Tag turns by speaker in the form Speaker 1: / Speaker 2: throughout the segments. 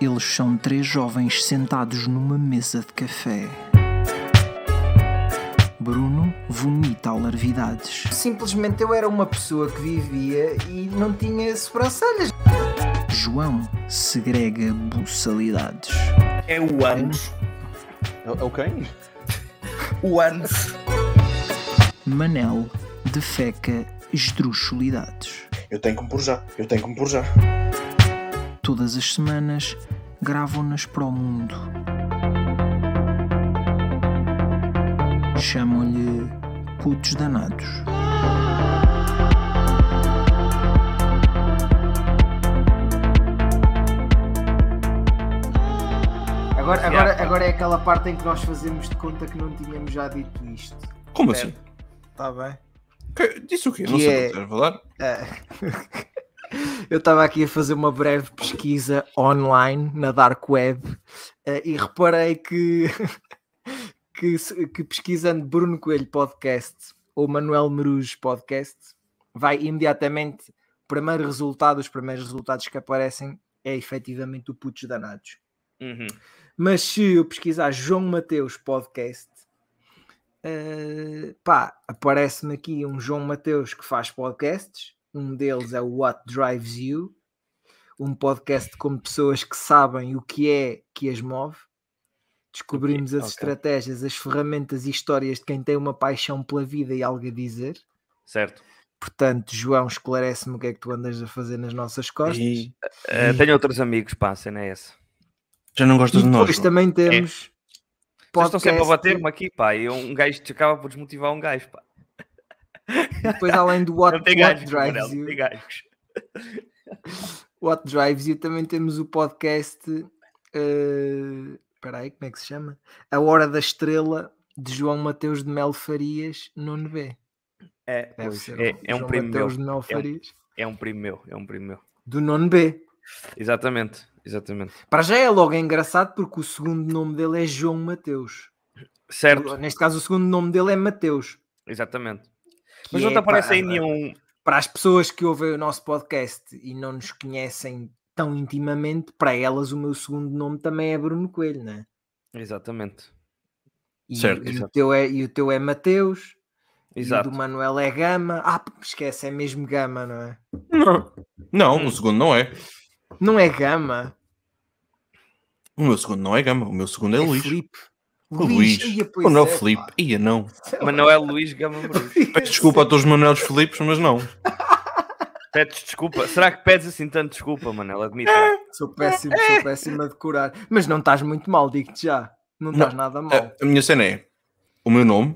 Speaker 1: Eles são três jovens sentados numa mesa de café. Bruno vomita alarvidades.
Speaker 2: Simplesmente eu era uma pessoa que vivia e não tinha sobrancelhas.
Speaker 1: João segrega buçalidades.
Speaker 3: É o anos.
Speaker 4: É o quem?
Speaker 3: O anos.
Speaker 1: Manel defeca esdrúxulidades.
Speaker 4: Eu tenho que me pôr já. Eu tenho que me pôr já.
Speaker 1: Todas as semanas gravam-nas para o mundo. Chamam-lhe putos danados.
Speaker 2: Agora, agora, agora é aquela parte em que nós fazemos de conta que não tínhamos já dito isto.
Speaker 5: Como
Speaker 3: Certo.
Speaker 5: assim?
Speaker 2: Está bem?
Speaker 5: Que- Disse o quê? Não
Speaker 2: Que
Speaker 5: sei o que
Speaker 2: é-
Speaker 5: estás a falar.
Speaker 2: Ah. Eu estava aqui a fazer uma breve pesquisa online na Dark Web eh, e reparei que, que, se- que pesquisando Bruno Coelho Podcast ou Manuel Meruz Podcast, vai imediatamente o primeiro resultado, os primeiros resultados que aparecem é efetivamente o Putos Danados.
Speaker 3: Uhum.
Speaker 2: Mas se eu pesquisar João Mateus Podcast, eh, pá, aparece-me aqui um João Mateus que faz podcasts. Um deles é o What Drives You, um podcast com pessoas que sabem o que é que as move. Descobrimos as
Speaker 4: ok.
Speaker 2: estratégias, as ferramentas e histórias de quem tem uma paixão pela vida e algo a dizer.
Speaker 3: Certo.
Speaker 2: Portanto, João, esclarece-me o que é que tu andas a fazer nas nossas costas.
Speaker 5: E
Speaker 2: Hum.
Speaker 3: Eh, tenho outros amigos, pá, a cena é essa.
Speaker 5: já não é?
Speaker 2: E
Speaker 5: gostas de nós.
Speaker 2: depois
Speaker 5: João.
Speaker 2: também temos
Speaker 3: Vocês estão sempre a
Speaker 2: podcast-
Speaker 3: bater-me aqui, pá, e um gajo te acaba por desmotivar um gajo, pá.
Speaker 2: Depois, além do What,
Speaker 3: Não tem
Speaker 2: What
Speaker 3: gajos, Manel,
Speaker 2: Drives
Speaker 3: não tem
Speaker 2: You,
Speaker 3: gajos.
Speaker 2: What Drives You, também temos o podcast. eh, Espera aí, como é que se chama? A Hora da Estrela de João Mateus de Mel Farias, nono B.
Speaker 3: É,
Speaker 2: Deve
Speaker 3: pois,
Speaker 2: ser
Speaker 3: é,
Speaker 2: o
Speaker 3: é um
Speaker 2: João
Speaker 3: primo meu.
Speaker 2: Mateus de Mel
Speaker 3: É um-
Speaker 2: Farias,
Speaker 3: É um primo meu, é um primo meu.
Speaker 2: do nono B.
Speaker 3: Exatamente, exatamente.
Speaker 2: Para já é logo engraçado porque o segundo nome dele é João Mateus.
Speaker 3: Certo,
Speaker 2: Neste caso, o segundo nome dele é Mateus.
Speaker 3: exatamente.
Speaker 2: que
Speaker 3: Mas não
Speaker 2: é,
Speaker 3: te aparece
Speaker 2: pá,
Speaker 3: aí nenhum.
Speaker 2: para as pessoas que ouvem o nosso podcast e não nos conhecem tão intimamente, para elas o meu segundo nome também é Bruno Coelho, né?
Speaker 3: Exatamente.
Speaker 2: E,
Speaker 5: Certo,
Speaker 2: e o
Speaker 3: exato.
Speaker 2: teu é, e o teu é Mateus, e
Speaker 3: Exato.
Speaker 2: o do Manuel é Gama. Ah, p- esquece, é mesmo Gama, não é?
Speaker 5: Não. Não, o segundo não é.
Speaker 2: Não é Gama,
Speaker 5: O meu segundo não é Gama. O meu segundo é,
Speaker 2: é
Speaker 5: Luís.
Speaker 2: Filipe.
Speaker 5: O Luís.
Speaker 2: ia, pois
Speaker 5: O não é
Speaker 2: é,
Speaker 5: Filipe.
Speaker 2: pá.
Speaker 5: Ia não.
Speaker 3: Manuel Luís Gama Bruno.
Speaker 5: Peço desculpa a todos os Manuelos Filipes, mas não.
Speaker 3: Pedes desculpa. Será que pedes assim tanto desculpa, Manel? Admito.
Speaker 2: Sou péssimo, sou péssimo a decorar. Mas não estás muito mal, digo-te já. Não estás nada mal.
Speaker 5: A, a minha cena é o meu nome,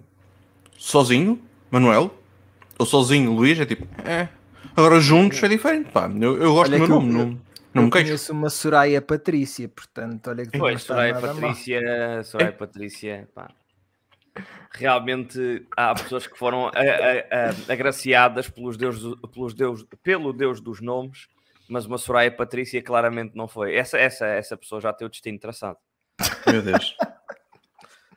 Speaker 5: sozinho, Manuel, ou sozinho, Luís, é tipo, é. Agora juntos é diferente, pá. Eu, eu gosto
Speaker 2: Olha
Speaker 5: do
Speaker 2: que
Speaker 5: meu
Speaker 2: eu-
Speaker 5: nome, não, não me
Speaker 2: Eu
Speaker 5: queixo.
Speaker 2: conheço uma Soraya Patrícia, portanto, olha que tu não
Speaker 3: Pois,
Speaker 2: estás
Speaker 3: Soraya
Speaker 2: nada mal.
Speaker 3: Patrícia, Soraya Patrícia, pá. Realmente há pessoas que foram a- a- a- agraciadas pelos deus, pelos deus, pelo deus dos nomes, mas uma Soraya Patrícia claramente não foi. Essa, essa, essa pessoa já tem o destino traçado.
Speaker 5: Meu Deus.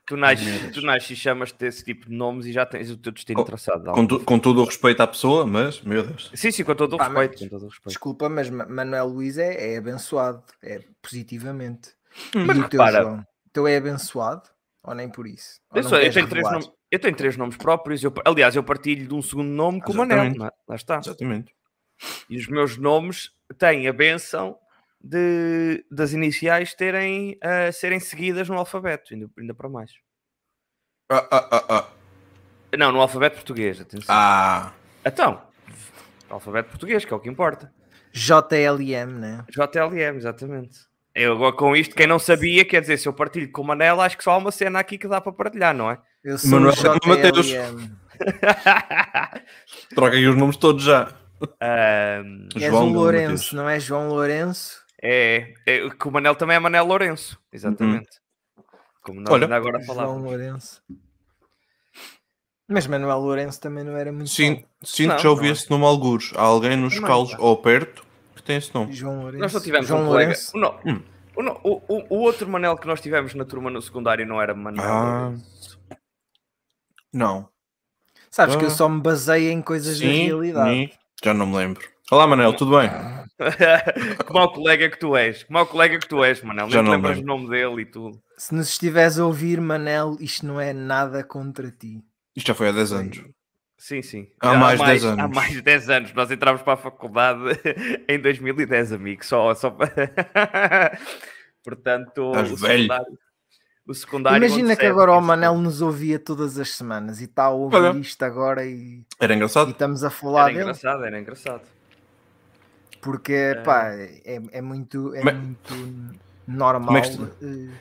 Speaker 3: Tu nasces, tu nasces e chamas-te desse tipo de nomes e já tens o teu destino
Speaker 5: Com-
Speaker 3: traçado. de
Speaker 5: com,
Speaker 3: alguma
Speaker 5: tu- com todo o respeito à pessoa, mas, meu Deus.
Speaker 3: forma. Sim, sim, com todo o
Speaker 2: Pá, mas-
Speaker 3: respeito. Com todo o respeito.
Speaker 2: Desculpa, mas Ma- Manuel Luiz é, é abençoado, é positivamente.
Speaker 5: Hum,
Speaker 3: Mas
Speaker 2: e o teu
Speaker 3: repara-
Speaker 2: João? O teu é abençoado? Ou nem por isso? Ou
Speaker 3: Eu,
Speaker 2: não
Speaker 3: sou- eu
Speaker 2: queres
Speaker 3: tenho três
Speaker 2: revelar?
Speaker 3: nomes, eu tenho três nomes próprios. eu- aliás, eu partilho de um segundo nome com o Manel.
Speaker 5: Exatamente.
Speaker 3: não é? Lá está.
Speaker 5: Exatamente.
Speaker 3: E os meus nomes têm a benção de, das iniciais terem, ah, serem seguidas no alfabeto, ainda, ainda para mais.
Speaker 5: Ah, ah, ah,
Speaker 3: Não, no alfabeto português, atenção.
Speaker 5: ah. ah.
Speaker 3: Então, alfabeto português, que é o que importa.
Speaker 2: JLM, né?
Speaker 3: JLM, exatamente. Eu agora com isto, quem não sabia, quer dizer, se eu partilho com o Manel, acho que só há uma cena aqui que dá para partilhar, não é?
Speaker 2: Eu sou
Speaker 5: Manuel
Speaker 2: o
Speaker 5: Mateus.
Speaker 2: JLM.
Speaker 5: Troquem os nomes todos já.
Speaker 3: Ahm,
Speaker 2: És
Speaker 5: João
Speaker 2: o
Speaker 5: Gama
Speaker 2: Lourenço,
Speaker 5: Mateus.
Speaker 2: não é João Lourenço?
Speaker 3: é, é, que o Manel também é Manel Lourenço, exatamente. Como nós
Speaker 5: Uhum. Olha,
Speaker 3: ainda agora
Speaker 2: João
Speaker 3: falávamos.
Speaker 2: Lourenço. Mas Manuel Lourenço também não era muito
Speaker 5: Sim, sinto
Speaker 3: Não,
Speaker 5: que já ouvi
Speaker 3: não é.
Speaker 5: esse nome a alguns. Há alguém nos
Speaker 3: Não,
Speaker 5: calos
Speaker 3: pá.
Speaker 5: ou perto que tem esse
Speaker 2: bom.
Speaker 5: nome.
Speaker 2: João Lourenço.
Speaker 3: Nós só tivemos
Speaker 2: João
Speaker 3: um colega.
Speaker 2: Lourenço.
Speaker 3: O, no-
Speaker 5: Hum.
Speaker 3: o no- o- o- o outro Manel que nós tivemos na turma no secundário não era Manel.
Speaker 5: Ah.
Speaker 3: Lourenço.
Speaker 5: Não.
Speaker 2: Sabes que eu
Speaker 5: Ah.
Speaker 2: só me baseio em coisas da
Speaker 5: Sim,
Speaker 2: realidade.
Speaker 5: ni- já não me lembro. Olá, Manel, tudo bem?
Speaker 3: que mau colega que tu és. Que mau colega que tu és, Manel.
Speaker 5: Já
Speaker 3: Nem te
Speaker 5: não
Speaker 3: lembras o
Speaker 5: lembro.
Speaker 3: nome dele e tudo.
Speaker 2: Se nos estiveres a ouvir, Manel, isto não é nada contra ti.
Speaker 5: Isto já foi há 10 anos.
Speaker 3: Sim, sim.
Speaker 5: Há mais 10 anos.
Speaker 3: Há mais 10 anos. Nós entramos para a faculdade em 2010, amigo. Só, só... para- Portanto,
Speaker 5: Estás
Speaker 3: o
Speaker 5: velho.
Speaker 3: secundário. O secundário
Speaker 2: Imagina
Speaker 3: onde é
Speaker 2: que
Speaker 3: serve
Speaker 2: agora o
Speaker 3: isso.
Speaker 2: Manel nos ouvia todas as semanas e está a ouvir
Speaker 5: Olha.
Speaker 2: isto agora e,
Speaker 5: Era
Speaker 2: e
Speaker 5: engraçado?
Speaker 2: estamos a falar
Speaker 3: Era
Speaker 2: dele
Speaker 3: engraçado, era engraçado.
Speaker 2: porque pá, é, é muito, é
Speaker 5: Mas-
Speaker 2: muito normal,
Speaker 5: Como é que se-
Speaker 2: eh,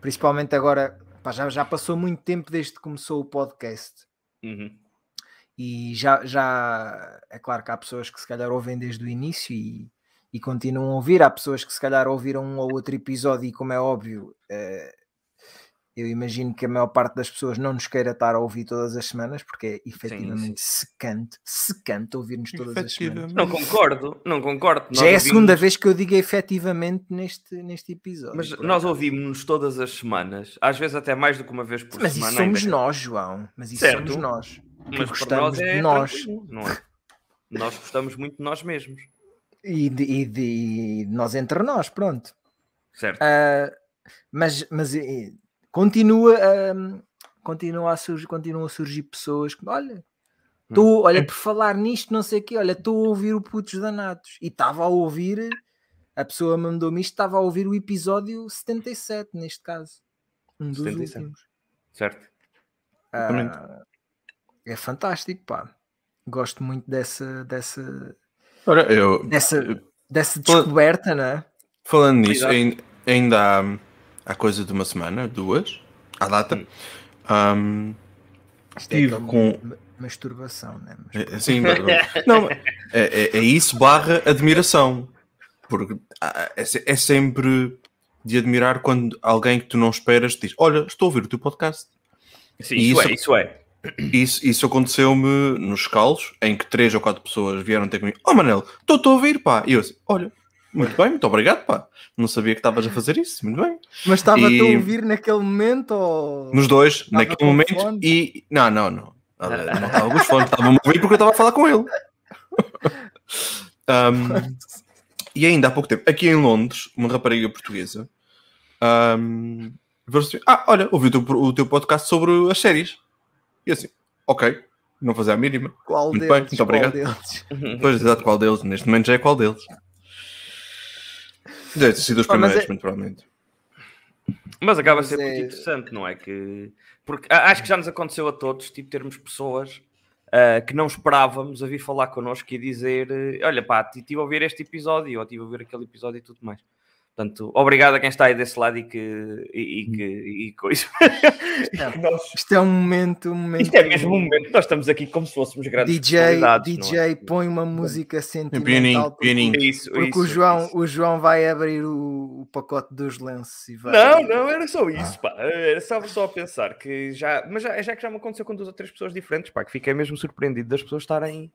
Speaker 2: principalmente agora. pá, já, já passou muito tempo desde que começou o podcast
Speaker 3: Uhum.
Speaker 2: e já, já é claro que há pessoas que se calhar ouvem desde o início e, e continuam a ouvir, há pessoas que se calhar ouviram um ou outro episódio e como é óbvio eh, eu imagino que a maior parte das pessoas não nos queira estar a ouvir todas as semanas porque é efetivamente secante, secante ouvir-nos todas as semanas.
Speaker 5: Efetivamente.
Speaker 3: Não concordo, não concordo. Nós
Speaker 2: Já é a
Speaker 3: ouvimos-
Speaker 2: segunda vez que eu digo efetivamente neste, neste episódio.
Speaker 3: Mas
Speaker 2: Tá por
Speaker 3: nós
Speaker 2: acaso.
Speaker 3: ouvimos-nos todas as semanas, às vezes até mais do que uma vez por
Speaker 2: Mas isso
Speaker 3: semana.
Speaker 2: somos
Speaker 3: ainda.
Speaker 2: nós, João. Mas isso
Speaker 3: Certo.
Speaker 2: somos nós.
Speaker 3: Mas para
Speaker 2: gostamos
Speaker 3: nós é
Speaker 2: de nós.
Speaker 3: tranquilo, não é? Nós gostamos muito de nós mesmos,
Speaker 2: E de, e de nós entre nós, pronto.
Speaker 3: certo?
Speaker 2: Ah, mas mas eh, continua, ah, continua, a surgir, continuam a surgir pessoas que, olha,
Speaker 3: Hum.
Speaker 2: tô,
Speaker 3: É
Speaker 2: olha, por falar nisto, não sei o quê, olha, estou a ouvir o Putos Danados. E estava a ouvir, a pessoa mandou-me isto, estava a ouvir o episódio 77, neste caso. Um dos
Speaker 3: 77.
Speaker 2: últimos.
Speaker 3: Certo.
Speaker 5: Exatamente.
Speaker 2: Ah, é fantástico, pá. Gosto muito dessa, dessa,
Speaker 5: Ora, eu,
Speaker 2: dessa,
Speaker 3: eh,
Speaker 2: dessa
Speaker 5: Pô.
Speaker 2: descoberta, não é?
Speaker 5: Falando nisso,
Speaker 3: Exato.
Speaker 5: ain- ainda há, há coisa de uma semana, duas, à data.
Speaker 2: Hum.
Speaker 5: ahm,
Speaker 2: Isto é
Speaker 5: Tive
Speaker 2: aquele
Speaker 5: com-
Speaker 2: ma- masturbação, não é? Mas-
Speaker 5: é- assim, não, é, é- é isso barra admiração. Porque ah, é, se- é sempre de admirar quando alguém que tu não esperas te diz: Olha, estou a ouvir o teu podcast.
Speaker 3: Sim,
Speaker 5: E
Speaker 3: isso,
Speaker 5: isso-
Speaker 3: é, isso é.
Speaker 5: Isso, isso aconteceu-me nos calos, em que três ou quatro pessoas vieram ter comigo: Oh Manel, estou-te a ouvir, pá. E eu assim: Olha, muito bem, muito obrigado, pá. Não sabia que estavas a fazer isso, muito bem.
Speaker 2: Mas estava
Speaker 5: E-
Speaker 2: a ouvir naquele momento ou...
Speaker 5: Nos dois,
Speaker 2: Estava
Speaker 5: naquele
Speaker 2: com Ah.
Speaker 5: momento
Speaker 2: fones?
Speaker 5: e. Não, não, não. Nada, Não estava com os fones, estava a ouvir porque eu estava a falar com ele. Um, e ainda há pouco tempo, aqui em Londres, uma rapariga portuguesa um, veio assim, Ah, olha, ouvi o teu, o teu podcast sobre as séries. E eu assim, ok, não fazer a mínima.
Speaker 2: qual
Speaker 5: Muito
Speaker 2: deles?
Speaker 5: bem, muito
Speaker 2: qual
Speaker 5: obrigado.
Speaker 2: deles?
Speaker 5: Pois, exato, qual deles? Neste momento já é qual deles. Deve ter sido os
Speaker 2: Ah, mas
Speaker 5: primeiros,
Speaker 2: é-
Speaker 5: muito provavelmente.
Speaker 3: Mas acaba a
Speaker 2: Mas
Speaker 3: ser
Speaker 2: é-
Speaker 3: muito interessante, não é? Que... Porque a- acho que já nos aconteceu a todos, tipo, termos pessoas ah, que não esperávamos a vir falar connosco e dizer: eh, Olha, pá, ti- tive a ouvir este episódio, ou tive a ouvir aquele episódio e tudo mais. Portanto, obrigado a quem está aí desse lado e que. E,
Speaker 2: Hum.
Speaker 3: e que e coisa.
Speaker 2: Não.
Speaker 3: Nós-
Speaker 2: Isto é um momento, um momento...
Speaker 3: Isto é mesmo um momento, nós estamos aqui como se fôssemos grandes
Speaker 2: DJ,
Speaker 3: personalidades, não é?
Speaker 2: DJ põe uma música sentimental
Speaker 5: Pianinho,
Speaker 2: porque-
Speaker 5: pianinho.
Speaker 3: É Isso, é
Speaker 2: Porque
Speaker 3: isso,
Speaker 2: o,
Speaker 3: é
Speaker 2: João,
Speaker 3: isso.
Speaker 2: o João vai abrir o, o pacote dos lenços e vai... Ah.
Speaker 3: Não, não, era só isso, pá. Era só, só a pensar que já. Mas já, já que já me aconteceu com duas ou três pessoas diferentes, pá, que fiquei mesmo surpreendido das pessoas estarem.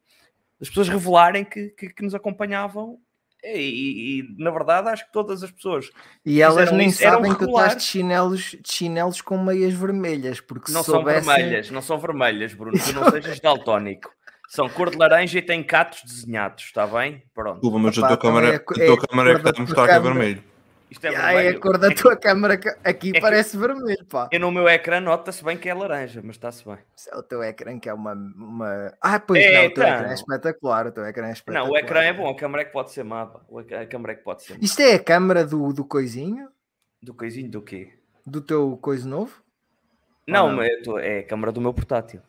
Speaker 3: das pessoas revelarem que, que, que nos acompanhavam. E, e- e, na verdade acho que todas as pessoas.
Speaker 2: E elas
Speaker 3: Fizeram
Speaker 2: nem
Speaker 3: isso, eram
Speaker 2: sabem que tu estás de
Speaker 3: regulares.
Speaker 2: chinelos, de chinelos com meias vermelhas, porque
Speaker 3: Não
Speaker 2: se soubessem...
Speaker 3: são vermelhas, não são vermelhas, Bruno, tu não sejas daltónico. São cor de laranja e têm catos desenhados, está bem? Pronto.
Speaker 5: Desculpa, mas
Speaker 2: Epá,
Speaker 5: a tua
Speaker 2: então
Speaker 5: câmara
Speaker 2: é
Speaker 5: é,
Speaker 2: a
Speaker 5: a
Speaker 2: co-
Speaker 5: tua
Speaker 2: é a
Speaker 5: câmara é que
Speaker 2: cor da
Speaker 5: está a
Speaker 2: tua
Speaker 5: mostrar que é
Speaker 2: câmara.
Speaker 5: vermelho.
Speaker 3: Isto é
Speaker 2: Ah, é
Speaker 3: vermelho.
Speaker 2: a cor da tua câmara, que aqui
Speaker 3: que-
Speaker 2: parece vermelho, pá.
Speaker 3: Eu no meu ecrã nota-se bem que é laranja, mas está-se bem.
Speaker 2: Isso é o teu ecrã que é uma. uma... Ah, pois
Speaker 3: É,
Speaker 2: não, o teu
Speaker 3: então.
Speaker 2: ecrã é espetacular. O teu ecrã é espetacular.
Speaker 3: Não, o ecrã é bom, a câmera é que pode ser má. pá. O ec- A câmera é que pode ser má.
Speaker 2: Isto é a câmara do, do coisinho?
Speaker 3: Do coisinho do quê?
Speaker 2: Do teu coisa novo?
Speaker 3: Não,
Speaker 2: não?
Speaker 3: mas eu tô- é a câmara do meu portátil.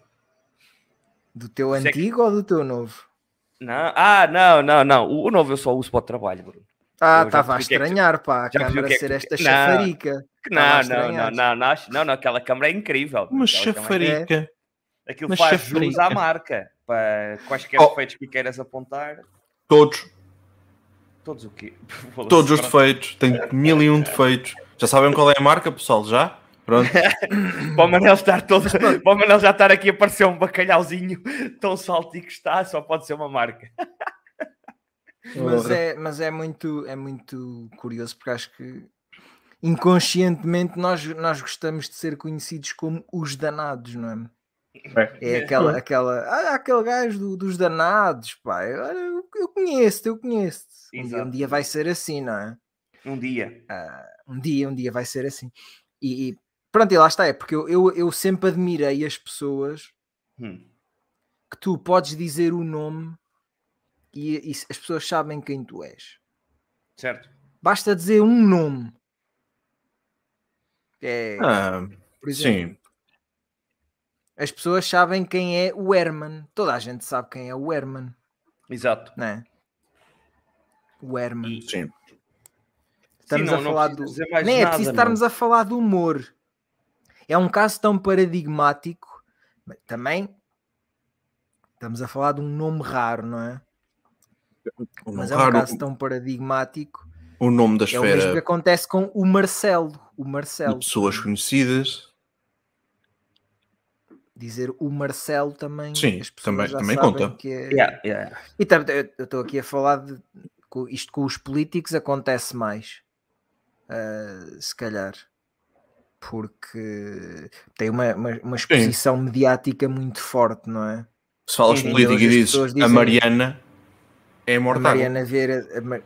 Speaker 2: Do teu
Speaker 3: Isso é que-
Speaker 2: antigo ou do teu novo?
Speaker 3: Não, ah, não, não, não. O, o novo eu só uso para o trabalho, Bruno.
Speaker 2: Ah,
Speaker 3: já
Speaker 2: estava a
Speaker 3: percebi o que é que-
Speaker 2: estranhar, pá, a
Speaker 3: já percebi o
Speaker 2: câmara
Speaker 3: que é que
Speaker 2: ser
Speaker 3: tu-
Speaker 2: esta
Speaker 3: Não.
Speaker 2: chafarica.
Speaker 3: Que
Speaker 2: Estava a
Speaker 3: Não, não,
Speaker 2: estranhar.
Speaker 3: não, não, não, acho- não, não, aquela câmara é incrível. Bruno,
Speaker 5: Uma
Speaker 3: aquela câmara é-
Speaker 5: chafarica.
Speaker 3: Aquilo
Speaker 5: uma
Speaker 3: faz jus à
Speaker 5: chafarica.
Speaker 3: marca. Para quaisquer
Speaker 5: Oh.
Speaker 3: defeitos que queiras apontar,
Speaker 5: Todos,
Speaker 3: todos o quê?
Speaker 5: todos os
Speaker 3: Pronto.
Speaker 5: defeitos, tem mil e um defeitos. Já sabem qual é a marca, pessoal? Já? Pronto.
Speaker 3: Para o Manel estar todo. Para o Manel já estar aqui a parecer um bacalhauzinho tão saltico que está, só pode ser uma marca.
Speaker 2: Mas é, mas é, muito, é muito curioso porque acho que inconscientemente nós, nós gostamos de ser conhecidos como os danados, não é? É aquela, aquela, ah, aquele gajo do- dos danados, pá. Olha, Eu, eu conheço-te, eu conheço-te. Um dia, um
Speaker 3: Exato.
Speaker 2: dia vai ser assim, não é?
Speaker 3: Um dia.
Speaker 2: Um dia, um dia vai ser assim. E, e pronto, e lá está, é porque eu, eu, eu sempre admirei as pessoas
Speaker 3: Hum.
Speaker 2: que tu podes dizer o nome e, e as pessoas sabem quem tu és.
Speaker 3: Certo?
Speaker 2: Basta dizer um nome. É,
Speaker 5: Ah,
Speaker 2: por exemplo,
Speaker 5: sim.
Speaker 2: as pessoas sabem quem é o Herman. Toda a gente sabe quem é o Herman,
Speaker 3: Exato.
Speaker 2: não é? O Herman.
Speaker 3: E-
Speaker 5: Sim.
Speaker 2: Estamos
Speaker 3: Sim,
Speaker 2: a
Speaker 3: não- não
Speaker 2: falar
Speaker 3: preciso
Speaker 2: do.
Speaker 3: dizer mais
Speaker 2: Nem é
Speaker 3: nada,
Speaker 2: preciso
Speaker 3: meu.
Speaker 2: estarmos a falar do humor. É um caso tão paradigmático, mas também estamos a falar de um nome raro, não é?
Speaker 5: O nome,
Speaker 2: Mas é um
Speaker 5: raro,
Speaker 2: caso tão paradigmático.
Speaker 5: o nome da
Speaker 2: É o mesmo que
Speaker 5: esfera
Speaker 2: acontece com o Marcelo. O
Speaker 5: de
Speaker 2: Marcelo.
Speaker 5: pessoas conhecidas.
Speaker 2: Dizer o Marcelo também.
Speaker 5: Sim,
Speaker 2: as pessoas
Speaker 5: também-
Speaker 2: já
Speaker 5: também
Speaker 2: sabem
Speaker 5: conta.
Speaker 2: que é-
Speaker 3: Yeah, yeah.
Speaker 2: E tam- eu eu estou aqui a falar de co- isto com os políticos acontece mais, ah, se calhar, porque tem uma, uma, uma exposição mediática muito forte, não é?
Speaker 5: Se falas
Speaker 3: Sim,
Speaker 5: de política
Speaker 2: hoje
Speaker 5: e
Speaker 2: as
Speaker 5: dizes
Speaker 2: pessoas
Speaker 5: a
Speaker 2: dizem-
Speaker 5: Mariana é
Speaker 2: A
Speaker 5: mortal.
Speaker 2: Mariana Vieira. a Mar-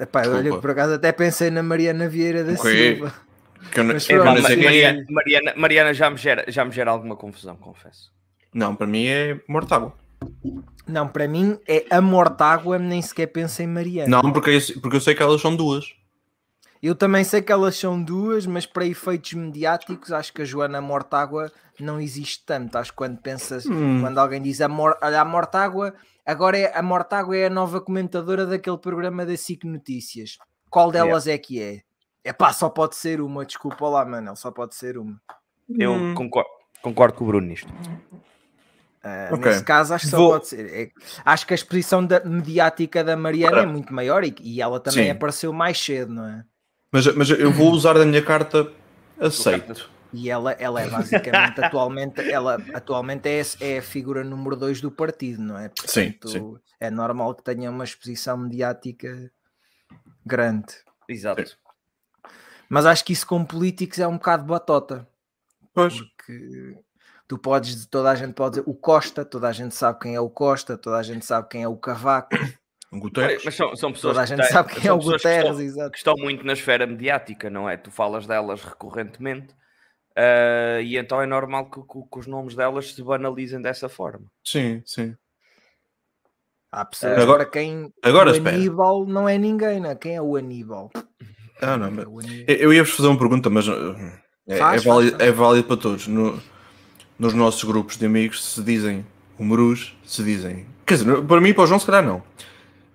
Speaker 2: Epá, olha,
Speaker 5: Desculpa.
Speaker 2: por acaso até pensei na Mariana Vieira da
Speaker 5: Ok.
Speaker 2: Silva.
Speaker 5: Que eu não,
Speaker 2: Mas
Speaker 5: eu
Speaker 2: pronto,
Speaker 5: não sei
Speaker 2: sim.
Speaker 5: quem é.
Speaker 3: Mariana, Mariana, Mariana já, me gera, já me gera alguma confusão, confesso.
Speaker 5: Não, para mim é mortal.
Speaker 2: Não, para mim é a Mortágua, nem sequer penso em Mariana.
Speaker 5: Não, porque, eu- porque eu sei que elas são duas.
Speaker 2: Eu também sei que elas são duas, mas para efeitos mediáticos, acho que a Joana Mortágua não existe tanto. Acho que quando pensas,
Speaker 5: Hum.
Speaker 2: quando alguém diz a, Mor olha, a Mortágua, agora é, a Mortágua é a nova comentadora daquele programa da SIC Notícias. Qual delas é que é? É pá, só pode ser uma, desculpa lá, Manel, só pode ser uma.
Speaker 3: Eu
Speaker 5: Hum.
Speaker 3: concordo, concordo com o Bruno nisto.
Speaker 2: Ah,
Speaker 5: Ok.
Speaker 2: Nesse caso, acho que só
Speaker 5: Vou-
Speaker 2: pode ser. É- acho que a exposição da- mediática da Mariana
Speaker 5: Ora.
Speaker 2: é muito maior e, e ela também
Speaker 5: Sim.
Speaker 2: apareceu mais cedo, não é?
Speaker 5: Mas, mas eu vou
Speaker 2: Uhum.
Speaker 5: usar da minha carta aceito.
Speaker 2: E ela, ela é basicamente atualmente, ela atualmente é, esse- é a figura número 2 do partido, não é?
Speaker 5: Sim, sim.
Speaker 2: Portanto, É normal que tenha uma exposição mediática grande.
Speaker 3: Exato.
Speaker 2: Mas acho que isso com políticos é um bocado batota,
Speaker 5: Pois.
Speaker 2: porque tu podes, toda a gente pode dizer o Costa, toda a gente sabe quem é o Costa, toda a gente sabe quem é o Cavaco,
Speaker 5: Um Guterres.
Speaker 3: Mas são, são pessoas
Speaker 2: toda a
Speaker 3: que
Speaker 2: gente
Speaker 3: têm-
Speaker 2: sabe quem é
Speaker 3: são
Speaker 2: o
Speaker 3: pessoas que estão-
Speaker 2: Guterres, exato.
Speaker 3: que estão muito na esfera mediática, não é? Tu falas delas recorrentemente ah, e então é normal que, que- que os nomes delas se banalizem dessa forma.
Speaker 5: Sim, sim.
Speaker 2: Há pessoas
Speaker 5: Agora-
Speaker 2: para quem
Speaker 5: Agora
Speaker 2: o
Speaker 5: espera.
Speaker 2: Aníbal não é ninguém, não é? Quem é o Aníbal?
Speaker 5: Ah, não,
Speaker 2: Quem é
Speaker 5: mas-
Speaker 2: o Aníbal?
Speaker 5: eu- Eu ia-vos fazer uma pergunta, mas uh, é, é
Speaker 2: Faz,
Speaker 5: válido,
Speaker 2: faz,
Speaker 5: é válido para todos. No- nos nossos grupos de amigos, se dizem o Marus, se dizem. Quer dizer, para mim e para o João, se calhar não.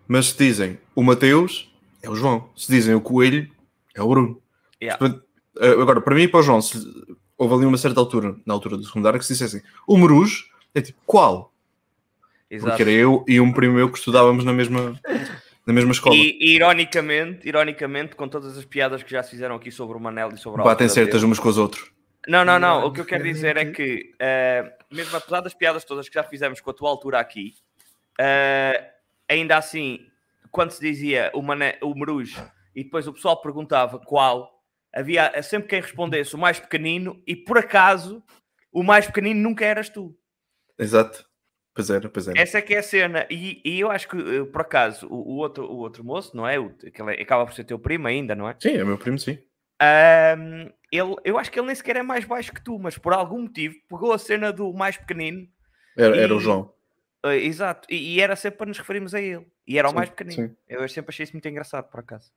Speaker 5: Mas se dizem o Mateus, é o João. Se dizem o Coelho, é o Bruno.
Speaker 3: Yeah.
Speaker 5: Portanto, uh, Agora, para mim e para o João, se, houve ali uma certa altura, na altura do secundário, que se dissessem o Marus, é tipo qual?
Speaker 3: Exato.
Speaker 5: Porque era eu e um primo meu que estudávamos na mesma, na mesma escola.
Speaker 3: E, e ironicamente, ironicamente, com todas as piadas que já se fizeram aqui sobre o Manel e sobre a
Speaker 5: Batem
Speaker 3: altura
Speaker 5: certas
Speaker 3: dele-
Speaker 5: umas com as outras.
Speaker 3: Não, não, não. O que eu quero dizer é que, ah, mesmo apesar das piadas todas que já fizemos com a tua altura aqui, ah, ainda assim, quando se dizia o, Mané, o Meruz e depois o pessoal perguntava qual, havia eh, sempre quem respondesse o mais pequenino e por acaso o mais pequenino nunca eras tu.
Speaker 5: Exato. Pois era, pois era.
Speaker 3: Essa é que é a cena. E, e eu acho que, eh, por acaso, o, o outro, o outro moço, não é? O, aquele, acaba por ser teu primo ainda, não é?
Speaker 5: Sim, é meu primo, sim.
Speaker 3: Ahm, ele, eu acho que ele nem sequer é mais baixo que tu, mas por algum motivo pegou a cena do mais pequenino,
Speaker 5: Era, era o
Speaker 3: E-
Speaker 5: João.
Speaker 3: eh, exato, e, e era sempre para nos referirmos a ele. E era o
Speaker 5: Sim,
Speaker 3: mais pequenino.
Speaker 5: sim.
Speaker 3: Eu sempre achei isso muito engraçado, por acaso.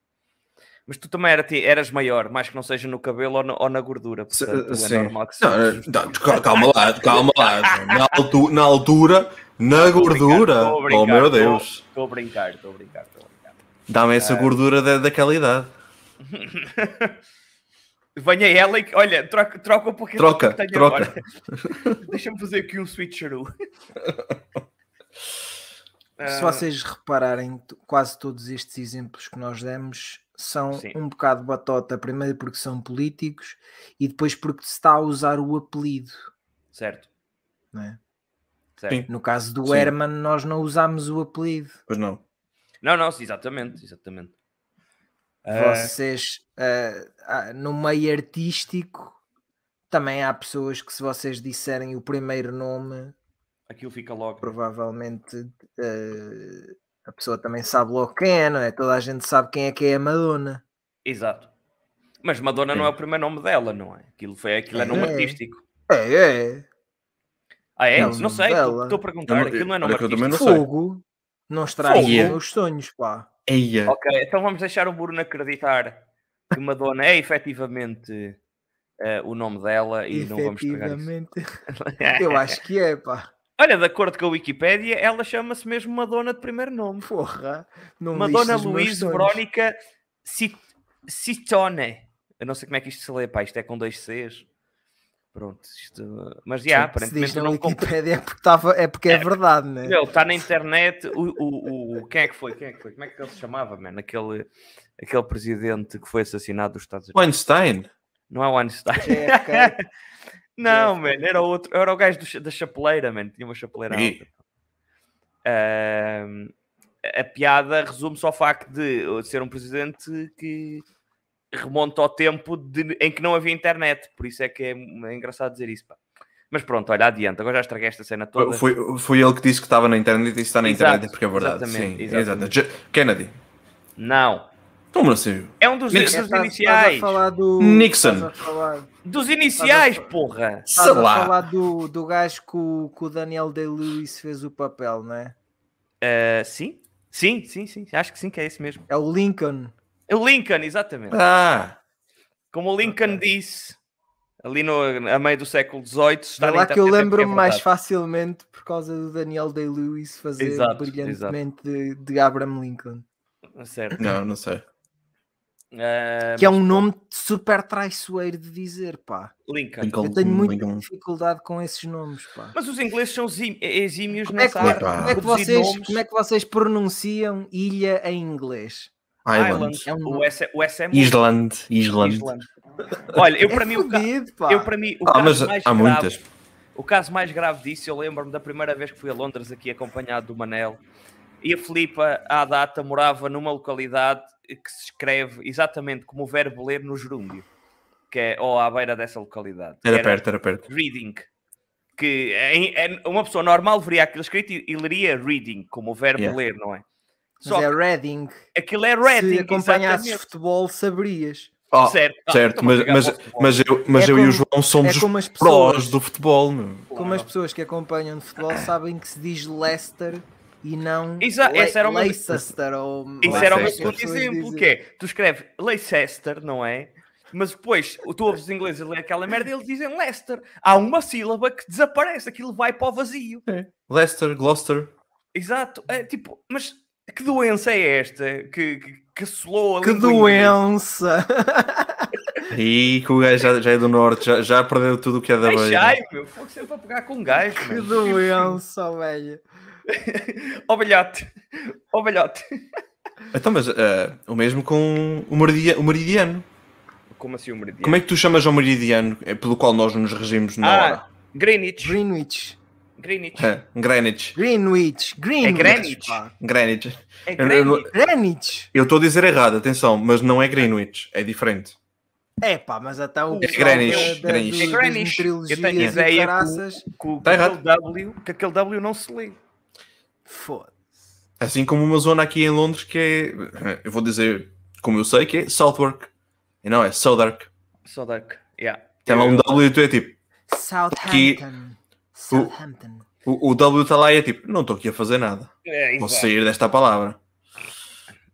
Speaker 3: Mas tu também era, ti- eras maior, mais que não seja no cabelo ou, na- ou na gordura.
Speaker 5: Se- eh,
Speaker 3: Portanto,
Speaker 5: sim.
Speaker 3: é normal que
Speaker 5: Não, eh,
Speaker 3: sejas-
Speaker 5: não, cal- calma lá, calma lá. João. Na altura, na, altura, na
Speaker 3: Estou a brincar,
Speaker 5: gordura.
Speaker 3: estou a
Speaker 5: Oh
Speaker 3: brincar,
Speaker 5: meu
Speaker 3: estou-
Speaker 5: Deus.
Speaker 3: Estou a brincar, estou a brincar, estou a brincar.
Speaker 5: Dá-me
Speaker 3: É.
Speaker 5: essa gordura da, daquela idade.
Speaker 3: Venha ela e olha, troca, troca um pouquinho
Speaker 5: Troca,
Speaker 3: que tenho
Speaker 5: troca.
Speaker 3: agora. Deixa-me fazer aqui um switcheroo.
Speaker 2: Se
Speaker 3: Ah,
Speaker 5: assim,
Speaker 2: vocês repararem, t- quase todos estes exemplos que nós demos são
Speaker 3: Sim.
Speaker 2: um bocado batota, primeiro porque são políticos e depois porque se está a usar o apelido.
Speaker 3: Certo,
Speaker 2: não é?
Speaker 3: certo.
Speaker 5: né? Sim.
Speaker 2: No caso do
Speaker 5: Sim.
Speaker 2: Herman, nós não usámos o apelido.
Speaker 5: Pois não.
Speaker 3: Não, não, sim, exatamente, exatamente. Ah,
Speaker 2: Vocês, ah, ah, no meio artístico, Também há pessoas que, se vocês disserem o primeiro nome,
Speaker 3: Aquilo fica logo.
Speaker 2: provavelmente eh, a pessoa também sabe logo quem é, não é? Toda a gente sabe quem é que é a Madonna.
Speaker 3: Exato. Mas Madonna não é o primeiro nome dela, não é? Aquilo, foi, aquilo é nome
Speaker 2: É.
Speaker 3: artístico.
Speaker 2: É, é.
Speaker 3: Ah, é?
Speaker 2: É o
Speaker 3: Não,
Speaker 2: nome
Speaker 3: sei,
Speaker 2: dela.
Speaker 3: estou a perguntar.
Speaker 5: Eu não-
Speaker 3: aquilo não é
Speaker 5: olha
Speaker 3: nome
Speaker 5: que eu também
Speaker 3: artístico.
Speaker 5: não sei.
Speaker 2: Fogo. Não estraga
Speaker 5: Fogo.
Speaker 2: os sonhos, pá.
Speaker 5: Eia.
Speaker 3: Ok, então vamos deixar o Bruno acreditar que Madonna é efetivamente eh, o nome dela e não vamos pegar isso.
Speaker 2: Efetivamente. Eu acho que é, pá.
Speaker 3: Olha, de acordo com a Wikipédia, ela chama-se mesmo Madonna de primeiro nome.
Speaker 2: Porra. Não lixes
Speaker 3: Madonna
Speaker 2: os meus
Speaker 3: Luís
Speaker 2: sonhos.
Speaker 3: Verónica Cit- Citone. Eu não sei como é que isto se lê, pá, isto é com dois Cs. Pronto, isto... mas já,
Speaker 2: Se diz
Speaker 3: aparentemente
Speaker 2: na
Speaker 3: não comprei.
Speaker 2: Wikipédia é porque, tava- é, porque é verdade, né?
Speaker 3: Ele está tá na internet. O, o, o- o- quem é que foi? Quem é que foi? Como é que ele se chamava, mano? Aquele, aquele presidente que foi assassinado dos Estados Unidos.
Speaker 5: Einstein.
Speaker 3: Não é o Einstein.
Speaker 2: JFK.
Speaker 3: Não, mano, era outro. Era o gajo do cha- da chapeleira, mano. Tinha uma chapeleira
Speaker 5: Ih.
Speaker 3: alta. Ahm, a piada resume-se ao facto de eu ser um presidente que remonta ao tempo de- em que não havia internet. Por isso é que é, é engraçado dizer isso, pá. Mas pronto, olha, adiante. Agora já estraguei esta cena toda.
Speaker 5: Foi, foi ele que disse que estava na internet e se está na
Speaker 3: Exato,
Speaker 5: internet é porque é verdade.
Speaker 3: exatamente,
Speaker 5: Sim,
Speaker 3: exatamente.
Speaker 5: exato. Ja- Kennedy. então,
Speaker 3: Não.
Speaker 5: Toma sério.
Speaker 3: É um dos,
Speaker 5: Nixon.
Speaker 3: dos
Speaker 2: Estás- Estás a
Speaker 3: iniciais.
Speaker 2: falar do.
Speaker 5: Nixon.
Speaker 2: Estás a falar,
Speaker 3: Dos iniciais,
Speaker 2: Estás a-
Speaker 3: porra!
Speaker 2: estás
Speaker 5: Sei
Speaker 2: a
Speaker 5: lá.
Speaker 2: falar do, do gajo que o, que o Daniel Day-Lewis fez o papel, né?
Speaker 3: Ah, sim? Sim, sim, sim. Acho que sim, que é esse mesmo.
Speaker 2: É o Lincoln.
Speaker 3: É O Lincoln, exatamente.
Speaker 5: Ah,
Speaker 3: Como o Lincoln disse, ali no, a meio do século XVIII, está
Speaker 2: É
Speaker 3: na
Speaker 2: lá que eu
Speaker 3: internet, é
Speaker 2: lembro-me
Speaker 3: porque é
Speaker 2: mais
Speaker 3: verdade.
Speaker 2: facilmente por causa do Daniel Day-Lewis fazer
Speaker 3: Exato,
Speaker 2: brilhantemente de, de Abraham Lincoln.
Speaker 3: Certo.
Speaker 5: não, não sei.
Speaker 3: Ah,
Speaker 2: Que é
Speaker 3: mas
Speaker 2: um nome super traiçoeiro de dizer, pá.
Speaker 3: Lincoln.
Speaker 2: Eu tenho muita dificuldade com esses nomes, pá.
Speaker 3: Mas os ingleses são exí- exímios
Speaker 2: Como é, que,
Speaker 3: nessa arte.
Speaker 5: Epá.
Speaker 2: como é que
Speaker 3: Produzir
Speaker 2: vocês,
Speaker 3: nomes.
Speaker 2: como é que vocês pronunciam ilha em inglês?
Speaker 5: Island.
Speaker 2: É um
Speaker 3: O S, o S é muito
Speaker 5: Island. Island.
Speaker 3: Islândia. Olha, eu
Speaker 2: É
Speaker 3: para mim o ca-
Speaker 2: fodido, pá.
Speaker 3: Eu, para mim, o
Speaker 5: Ah,
Speaker 3: caso
Speaker 5: mas
Speaker 3: mais
Speaker 5: há
Speaker 3: grave,
Speaker 5: muitas.
Speaker 3: O caso mais grave disso, eu lembro-me da primeira vez que fui a Londres aqui acompanhado do Manel. E a Filipa, à data, morava numa localidade que se escreve exatamente como o verbo ler no gerúndio, que é ou à beira dessa localidade.
Speaker 5: Era perto, era perto.
Speaker 3: Reading. Que em- em- uma pessoa normal veria aquilo escrito e, e leria reading, como o verbo
Speaker 5: Yeah.
Speaker 3: ler, não é?
Speaker 2: Mas
Speaker 3: Só
Speaker 2: é Reading.
Speaker 3: que aquilo é
Speaker 2: Se
Speaker 3: reading,
Speaker 2: acompanhasses
Speaker 3: exatamente.
Speaker 2: futebol, saberias.
Speaker 5: Ah,
Speaker 3: certo, Ah,
Speaker 5: certo,
Speaker 3: estou-me a
Speaker 5: mas,
Speaker 3: cagar
Speaker 5: mas,
Speaker 3: para o futebol.
Speaker 5: mas eu, mas
Speaker 2: então, É
Speaker 5: eu e
Speaker 2: como-
Speaker 5: o João somos
Speaker 2: é como as
Speaker 5: os prós
Speaker 2: pessoas.
Speaker 5: do futebol, meu.
Speaker 2: Como as pessoas que acompanham de futebol sabem que se diz Leicester e não
Speaker 3: Isso- esse era o meu-
Speaker 2: Leicester ou
Speaker 3: Isso era o meu
Speaker 5: Leicester.
Speaker 3: segundo exemplo, que é, tu escreves Leicester, não é? Mas depois, o- tu ouves os ingleses ler aquela merda e eles dizem Leicester. Há uma sílaba que desaparece, aquilo vai para o vazio.
Speaker 5: Leicester, Gloucester.
Speaker 3: Exato. É, tipo, mas que doença é esta que, que, que assolou a
Speaker 2: Que
Speaker 3: língua inglesa?
Speaker 2: doença!
Speaker 5: E que o gajo já, já é do norte, já, já perdeu tudo o que é da beira.
Speaker 3: Deixai, meu. Fogo sempre a pegar com um gajo,
Speaker 2: Que
Speaker 3: meu.
Speaker 2: doença, velho!
Speaker 3: Ó balhote. Ó balhote.
Speaker 5: Então, mas eh, o mesmo com o, meridia- o meridiano.
Speaker 3: Como assim o meridiano?
Speaker 5: Como é que tu chamas ao meridiano eh, pelo qual nós nos regimos na
Speaker 3: Ah.
Speaker 5: hora?
Speaker 3: Greenwich.
Speaker 2: Greenwich!
Speaker 3: Greenwich.
Speaker 5: Eh, Greenwich.
Speaker 2: Greenwich! Greenwich!
Speaker 3: É Greenwich.
Speaker 2: pá.
Speaker 5: Greenwich.
Speaker 3: É
Speaker 5: Eu- eu não-
Speaker 3: Greenwich.
Speaker 2: Greenwich!
Speaker 5: Eu estou a dizer errado, atenção, mas não é Greenwich, é diferente.
Speaker 2: É pá, mas até o
Speaker 3: É
Speaker 2: pessoal da-
Speaker 5: Greenwich,
Speaker 2: da-
Speaker 5: Greenwich.
Speaker 2: dos-
Speaker 3: É Greenwich.
Speaker 2: das
Speaker 3: Eu tenho
Speaker 2: trilogias
Speaker 3: ideia
Speaker 2: e
Speaker 3: que o-
Speaker 2: caraças.
Speaker 3: Com, com
Speaker 5: Tá
Speaker 3: aquele
Speaker 5: errado.
Speaker 3: W, que aquele W não se lê.
Speaker 2: Foda.
Speaker 5: Assim como uma zona aqui em Londres que é, eh, eu vou dizer como eu sei, que é Southwark. E não é Southwark.
Speaker 3: Só Dark. Yeah.
Speaker 5: Tem lá um W e tu é tipo.
Speaker 2: Southampton. Southampton.
Speaker 5: O, o W está lá e é tipo, não estou aqui a fazer nada.
Speaker 3: É,
Speaker 5: Vou
Speaker 3: exato.
Speaker 5: sair desta palavra.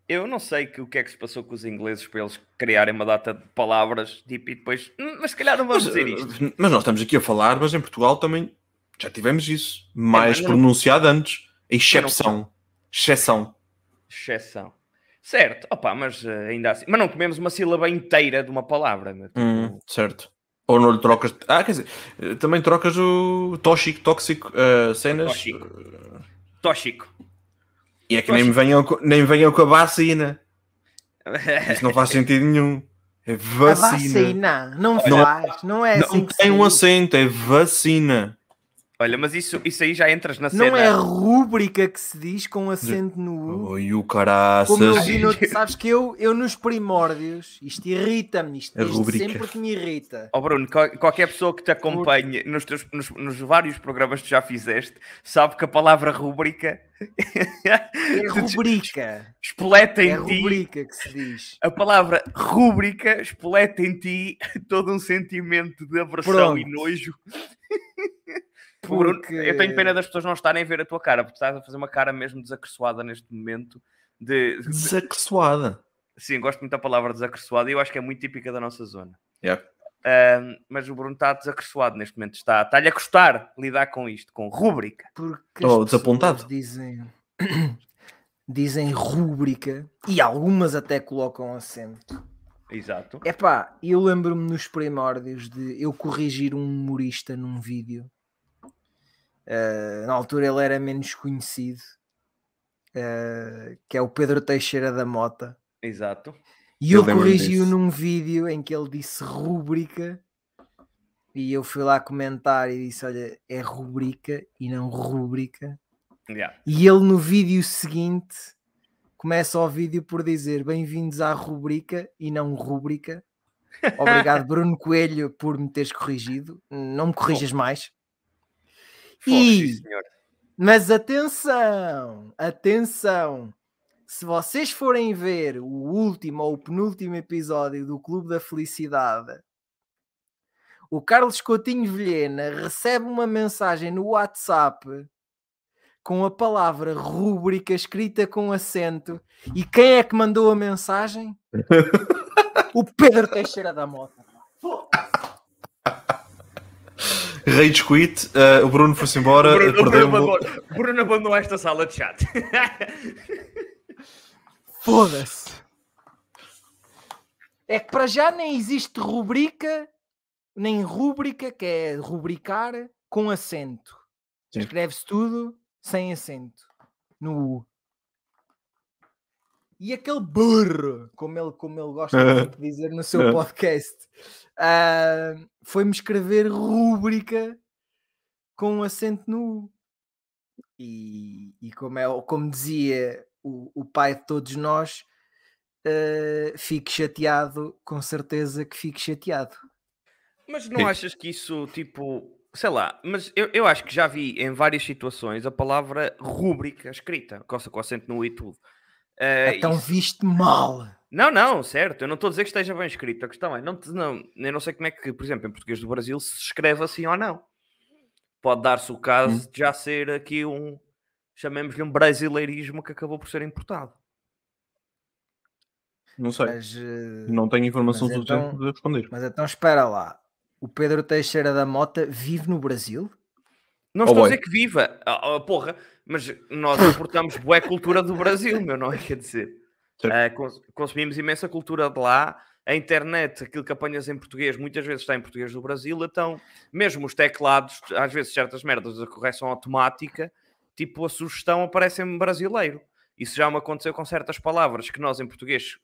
Speaker 3: Eu não sei que- o que é que se passou com os ingleses para eles criarem uma data de palavras tipo, e depois, "Hum, mas se calhar não vamos
Speaker 5: Mas,
Speaker 3: dizer isto.
Speaker 5: eh, mas nós estamos aqui a falar, mas em Portugal também já tivemos isso. Mais
Speaker 3: É, mas não-
Speaker 5: pronunciado antes. Excepção. Exceção.
Speaker 3: Exceção. Certo, opa, mas eh, ainda assim. Mas não comemos uma sílaba inteira de uma palavra. meu. Tipo,
Speaker 5: Hum, certo. Ou não lhe trocas. Ah, quer dizer, eh, também trocas o tóxico, tóxico, eh, cenas.
Speaker 3: Tóxico. Tóxico.
Speaker 5: E é que nem me venham, co- nem me venham com a vacina. Isso não faz sentido nenhum. É
Speaker 2: A
Speaker 5: vacina.
Speaker 2: vacina. Ah, Não
Speaker 5: Não-
Speaker 2: faz. Não é assim
Speaker 5: Não
Speaker 2: que
Speaker 5: tem
Speaker 2: se
Speaker 5: um
Speaker 2: diz.
Speaker 5: acento, é vacina.
Speaker 3: Olha, mas isso, isso aí já entras na cena.
Speaker 2: Não é rúbrica que se diz com acento no U.
Speaker 5: Oi,
Speaker 2: Como eu
Speaker 5: o
Speaker 2: vi
Speaker 5: caraças.
Speaker 2: no... Sabes que eu, eu nos primórdios, isto irrita-me, isto
Speaker 5: A
Speaker 2: desde
Speaker 5: rúbrica.
Speaker 2: sempre que me irrita.
Speaker 3: Ó Oh, Bruno, qual- qualquer pessoa que te acompanhe nos, teus, nos, nos vários programas que tu já fizeste sabe que a palavra rúbrica
Speaker 2: É rubrica.
Speaker 3: espoleta em
Speaker 2: É
Speaker 3: ti.
Speaker 2: rubrica que se diz.
Speaker 3: A palavra rúbrica espoleta em ti todo um sentimento de aversão
Speaker 2: Pronto.
Speaker 3: e nojo. Bruno,
Speaker 2: Porque...
Speaker 3: eu tenho pena das pessoas não estarem a ver a tua cara, porque estás a fazer uma cara mesmo desacressoada neste momento. De...
Speaker 5: Desacressoada.
Speaker 3: Sim, gosto muito da palavra desacressoada e eu acho que é muito típica da nossa zona.
Speaker 5: Yeah.
Speaker 3: Ahm, mas o Bruno está desacressoado neste momento. Está- Está-lhe a custar lidar com isto, com rúbrica.
Speaker 2: Porque
Speaker 5: Oh,
Speaker 2: as pessoas
Speaker 5: desapontado.
Speaker 2: Dizem, dizem rúbrica e algumas até colocam acento.
Speaker 3: Exato.
Speaker 2: Epá, eu lembro-me nos primórdios de eu corrigir um humorista num vídeo. Ah, na altura ele era menos conhecido, ah, que é o Pedro Teixeira da Mota.
Speaker 3: Exato.
Speaker 2: E
Speaker 5: Eu
Speaker 2: eu,
Speaker 5: lembro-me
Speaker 2: corrigi-o
Speaker 5: disso.
Speaker 2: num vídeo em que ele disse rúbrica e eu fui lá comentar e disse: Olha, é rubrica e não rúbrica.
Speaker 3: Yeah.
Speaker 2: E ele no vídeo seguinte começa o vídeo por dizer bem-vindos à rubrica e não rúbrica. Obrigado, Bruno Coelho, por me teres corrigido. Não me corrijas mais.
Speaker 3: Foge,
Speaker 2: E-
Speaker 3: sim, senhor.
Speaker 2: Mas atenção, atenção. Se vocês forem ver o último ou o penúltimo episódio do Clube da Felicidade, o Carlos Coutinho Vilhena recebe uma mensagem no WhatsApp com a palavra rúbrica escrita com acento. E quem é que mandou a mensagem? o Pedro Teixeira da Mota.
Speaker 5: Rage quit, eh, o Bruno foi-se embora,
Speaker 3: Bruno, Bruno
Speaker 5: perdeu-me.
Speaker 3: abandonou, Bruno abandonou esta sala de chat.
Speaker 2: Foda-se. É que para já nem existe rubrica, nem rúbrica, que é rubricar com acento.
Speaker 5: Sim.
Speaker 2: Escreve-se tudo sem acento. No U. E aquele burro, como ele, como ele gosta muito de dizer no seu podcast, ah, foi-me escrever rúbrica com acento no U. E, e como, é, o- como dizia o, o pai de todos nós, eh, fique chateado, com certeza que fique chateado.
Speaker 3: Mas não achas que isso, tipo, sei lá, mas eu, eu acho que já vi em várias situações a palavra rúbrica escrita, com com acento no i e tudo. Eh,
Speaker 2: então
Speaker 3: isso-
Speaker 2: viste mal.
Speaker 3: Não, não, certo, eu não estou a dizer que esteja bem escrito, a questão é, não, te- não, eu não sei como é que, por exemplo, em português do Brasil se escreve assim ou não. Pode dar-se o caso de já ser aqui um, chamemos-lhe um brasileirismo que acabou por ser importado.
Speaker 5: Não sei,
Speaker 2: Mas, eh,
Speaker 5: não tenho informação
Speaker 2: Mas
Speaker 5: suficiente
Speaker 2: então-
Speaker 5: para responder.
Speaker 2: mas então espera lá. O Pedro Teixeira da Mota vive no Brasil?
Speaker 3: Não
Speaker 5: Oh,
Speaker 3: estou a
Speaker 5: boy.
Speaker 3: dizer que viva, ah, ah, porra, mas nós importamos boa cultura do Brasil, meu não é? Quer dizer,
Speaker 5: Certo.
Speaker 3: ah, cons- consumimos imensa cultura de lá. A internet, aquilo que apanhas em português, muitas vezes está em português do Brasil, então, mesmo os teclados, às vezes certas merdas da correção automática, tipo a sugestão aparece em brasileiro. Isso já me aconteceu com certas palavras que nós em português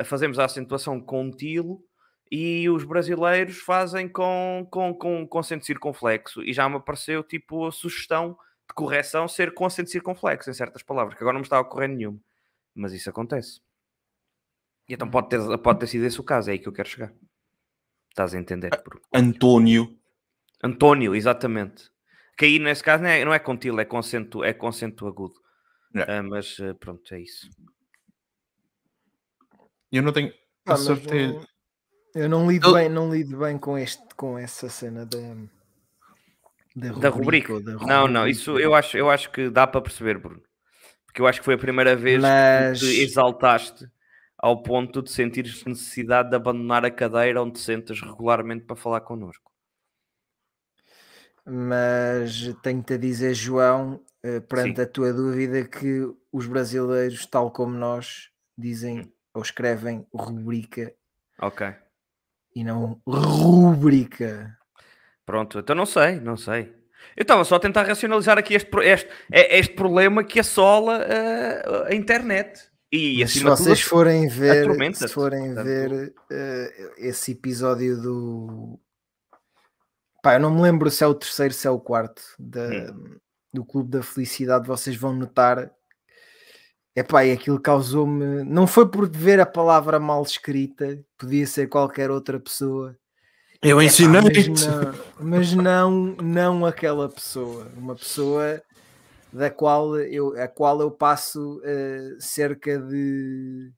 Speaker 3: ah, fazemos a acentuação com um tilo e os brasileiros fazem com, com, com, com acento circunflexo. E já me apareceu tipo a sugestão de correção ser com acento circunflexo em certas palavras, que agora não me está a ocorrer nenhuma. Mas isso acontece. E então pode ter, pode ter sido esse o caso, é aí que eu quero chegar. Estás a entender? Bruno?
Speaker 5: António,
Speaker 3: António, exatamente. Que aí nesse caso não é, não é com tilo, é com acento, é com acento agudo.
Speaker 5: É.
Speaker 3: Ah, mas ah, pronto, é isso.
Speaker 5: eu não tenho
Speaker 2: Ah,
Speaker 5: a
Speaker 2: mas
Speaker 5: certeza.
Speaker 2: não- eu não lido
Speaker 5: Eu-
Speaker 2: bem, não lido bem com, este, com essa cena da, da rubrica.
Speaker 3: Da rubrica.
Speaker 2: ou da
Speaker 3: Não, não,
Speaker 2: rubrica.
Speaker 3: isso eu acho, eu acho que dá para perceber, Bruno. Porque eu acho que foi a primeira vez
Speaker 2: Mas-
Speaker 3: que tu te exaltaste ao ponto de sentires necessidade de abandonar a cadeira onde te sentas regularmente para falar connosco.
Speaker 2: Mas tenho-te a dizer, João, eh, perante
Speaker 3: Sim.
Speaker 2: a tua dúvida, que os brasileiros, tal como nós, dizem ou escrevem rubrica
Speaker 3: Ok.
Speaker 2: e não rúbrica.
Speaker 3: Pronto, então não sei, não sei. Eu estava só a tentar racionalizar aqui este, pro- este, é- este problema que assola ah, a internet. E
Speaker 2: Mas se
Speaker 3: acima de tudo,
Speaker 2: vocês forem ver, se
Speaker 3: atormenta-te,
Speaker 2: forem
Speaker 3: portanto.
Speaker 2: ver eh, esse episódio do. Pá, eu não me lembro se é o terceiro, se é o quarto da-
Speaker 3: Hum.
Speaker 2: do Clube da Felicidade. Vocês vão notar. É pá, e aquilo causou-me. Não foi por ver a palavra mal escrita, podia ser qualquer outra pessoa.
Speaker 3: Então,
Speaker 5: Eu
Speaker 2: Epá,
Speaker 5: ensinei-te.
Speaker 2: É mas ah, não, mas não, não aquela pessoa. Uma pessoa da qual eu, a qual eu passo eh, cerca de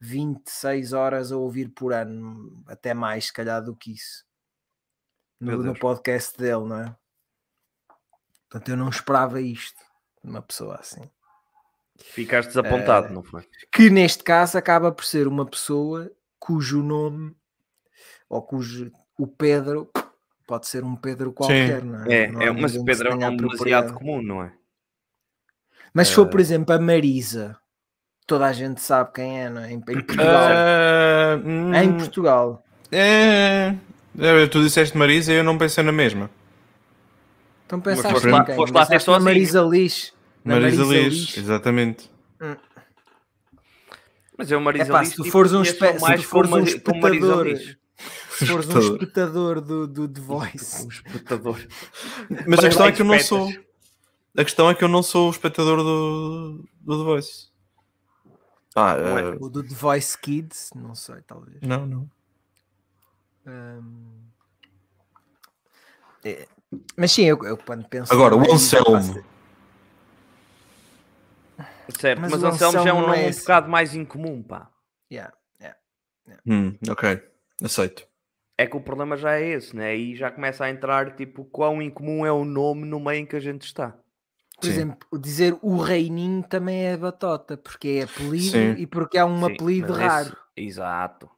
Speaker 2: 26 horas a ouvir por ano, até mais, se calhar, do que isso.
Speaker 3: Meu
Speaker 2: No, no
Speaker 3: Deus.
Speaker 2: podcast dele, não é? Portanto, eu não esperava isto de uma pessoa assim.
Speaker 3: Ficaste
Speaker 2: É,
Speaker 3: desapontado, não foi?
Speaker 2: Que neste caso acaba por ser uma pessoa cujo nome ou cujo o Pedro pode ser um Pedro qualquer, não é?
Speaker 3: É,
Speaker 2: Não
Speaker 3: é,
Speaker 2: há
Speaker 3: mas
Speaker 2: ninguém que
Speaker 3: Pedro é um
Speaker 2: tenha a
Speaker 3: nome
Speaker 2: propriedade.
Speaker 3: demasiado É. comum, não é?
Speaker 2: Mas se for, por exemplo, a Marisa, toda a gente sabe quem é, não é? Em, em Portugal.
Speaker 5: Ah, hum,
Speaker 2: em Portugal.
Speaker 5: é, é, tu disseste Marisa e eu não pensei na mesma.
Speaker 2: Então pensaste
Speaker 3: foste
Speaker 2: em
Speaker 3: lá-
Speaker 2: quem?
Speaker 3: foste lá até
Speaker 2: Pensaste na
Speaker 3: sozinho.
Speaker 2: Marisa Liz. Na
Speaker 5: Marisa Liz,
Speaker 2: Liz.
Speaker 5: exatamente.
Speaker 3: Mas é o Marisa
Speaker 2: Epá,
Speaker 3: Liz,
Speaker 2: se tu
Speaker 3: tipo,
Speaker 2: fores um
Speaker 3: conheço-a
Speaker 2: espe- se
Speaker 3: mais
Speaker 2: tu fores
Speaker 3: como
Speaker 2: um
Speaker 3: Mari- como Marisa
Speaker 2: espectador-
Speaker 3: Liz.
Speaker 2: Se fores um
Speaker 5: Espectador.
Speaker 2: espectador do, do The Voice.
Speaker 3: Um Espectador.
Speaker 5: Mas a
Speaker 3: Vai
Speaker 5: questão
Speaker 3: lá,
Speaker 5: é que eu não
Speaker 3: espetas.
Speaker 5: sou. A questão é que eu não sou o espectador do, do The Voice. Ah,
Speaker 3: Não é.
Speaker 5: eh,
Speaker 2: Ou do The Voice Kids, não sei, talvez.
Speaker 5: não, não.
Speaker 2: Ahm. É, Mas sim, eu, eu quando penso.
Speaker 5: Agora,
Speaker 2: na
Speaker 5: o
Speaker 2: Marisa,
Speaker 5: Anselmo.
Speaker 2: faço-
Speaker 3: Certo,
Speaker 2: Mas
Speaker 3: mas,
Speaker 2: o
Speaker 3: Anselmo já é
Speaker 2: Anselmo
Speaker 3: um
Speaker 2: não
Speaker 3: nome
Speaker 2: é
Speaker 3: um
Speaker 2: esse.
Speaker 3: bocado mais incomum, pá.
Speaker 2: Yeah, yeah.
Speaker 5: Hum, ok, aceito.
Speaker 3: É que o problema já é esse, né? Aí já começa a entrar, tipo, quão incomum é o nome no meio em que a gente está.
Speaker 2: Por
Speaker 5: Sim.
Speaker 2: exemplo, o dizer o Reininho também é batota, porque é apelido
Speaker 5: Sim.
Speaker 2: e porque há um
Speaker 3: Sim,
Speaker 2: apelido
Speaker 3: mas esse-
Speaker 2: raro.
Speaker 3: Exato.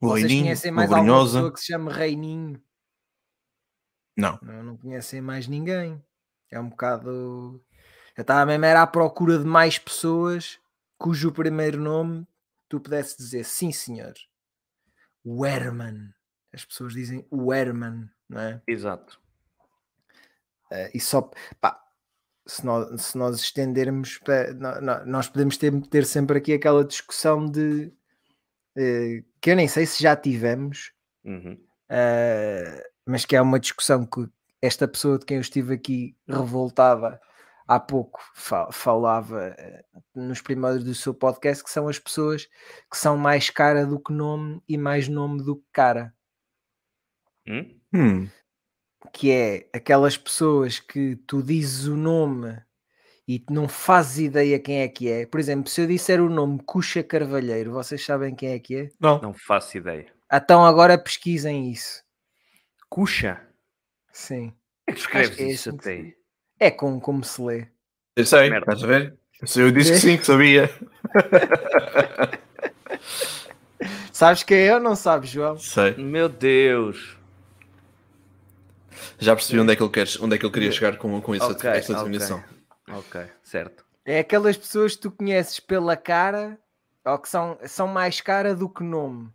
Speaker 5: O
Speaker 2: Vocês
Speaker 5: Reininho,
Speaker 2: conhecem
Speaker 5: o
Speaker 2: mais alguma
Speaker 5: Brunhosa.
Speaker 2: pessoa que se chama Reininho?
Speaker 5: Não.
Speaker 2: Não, não conhecem mais ninguém. É um bocado. Eu estava mesmo era à procura de mais pessoas cujo primeiro nome tu pudesse dizer sim, senhor. O Herman. As pessoas dizem o Herman, não é?
Speaker 3: Exato.
Speaker 2: Eh, e só pá, se nó- se nós, estendermos pa- nó- nó- nós podemos ter, ter sempre aqui aquela discussão de eh, que eu nem sei se já tivemos
Speaker 3: Uhum.
Speaker 2: eh, mas que é uma discussão que esta pessoa de quem eu estive aqui revoltada há pouco fa- falava eh, nos primeiros do seu podcast que são as pessoas que são mais cara do que nome e mais nome do que cara
Speaker 3: Hum?
Speaker 5: Hum,
Speaker 2: que é aquelas pessoas que tu dizes o nome e tu não fazes ideia quem é que é. Por exemplo, se eu disser o nome Cuxa Carvalheiro, vocês sabem quem é que é?
Speaker 5: não.
Speaker 3: Não faço ideia.
Speaker 2: Então agora pesquisem isso.
Speaker 3: Cuxa.
Speaker 2: Sim.
Speaker 3: É que escreves
Speaker 2: que é
Speaker 3: isso
Speaker 2: assim que
Speaker 3: até.
Speaker 2: É com, como se lê.
Speaker 5: Eu sei,
Speaker 3: Merda.
Speaker 5: estás a ver? Eu disse que sim, que sabia.
Speaker 2: Sabes quem é ou não sabes, João?
Speaker 5: Sei.
Speaker 3: Meu Deus.
Speaker 5: Já percebi onde é que ele, queres, onde é que ele queria chegar com, com essa,
Speaker 3: Ok,
Speaker 5: essa
Speaker 3: ok.
Speaker 5: definição.
Speaker 3: Ok, certo.
Speaker 2: É aquelas pessoas que tu conheces pela cara ou que são, são mais cara do que nome.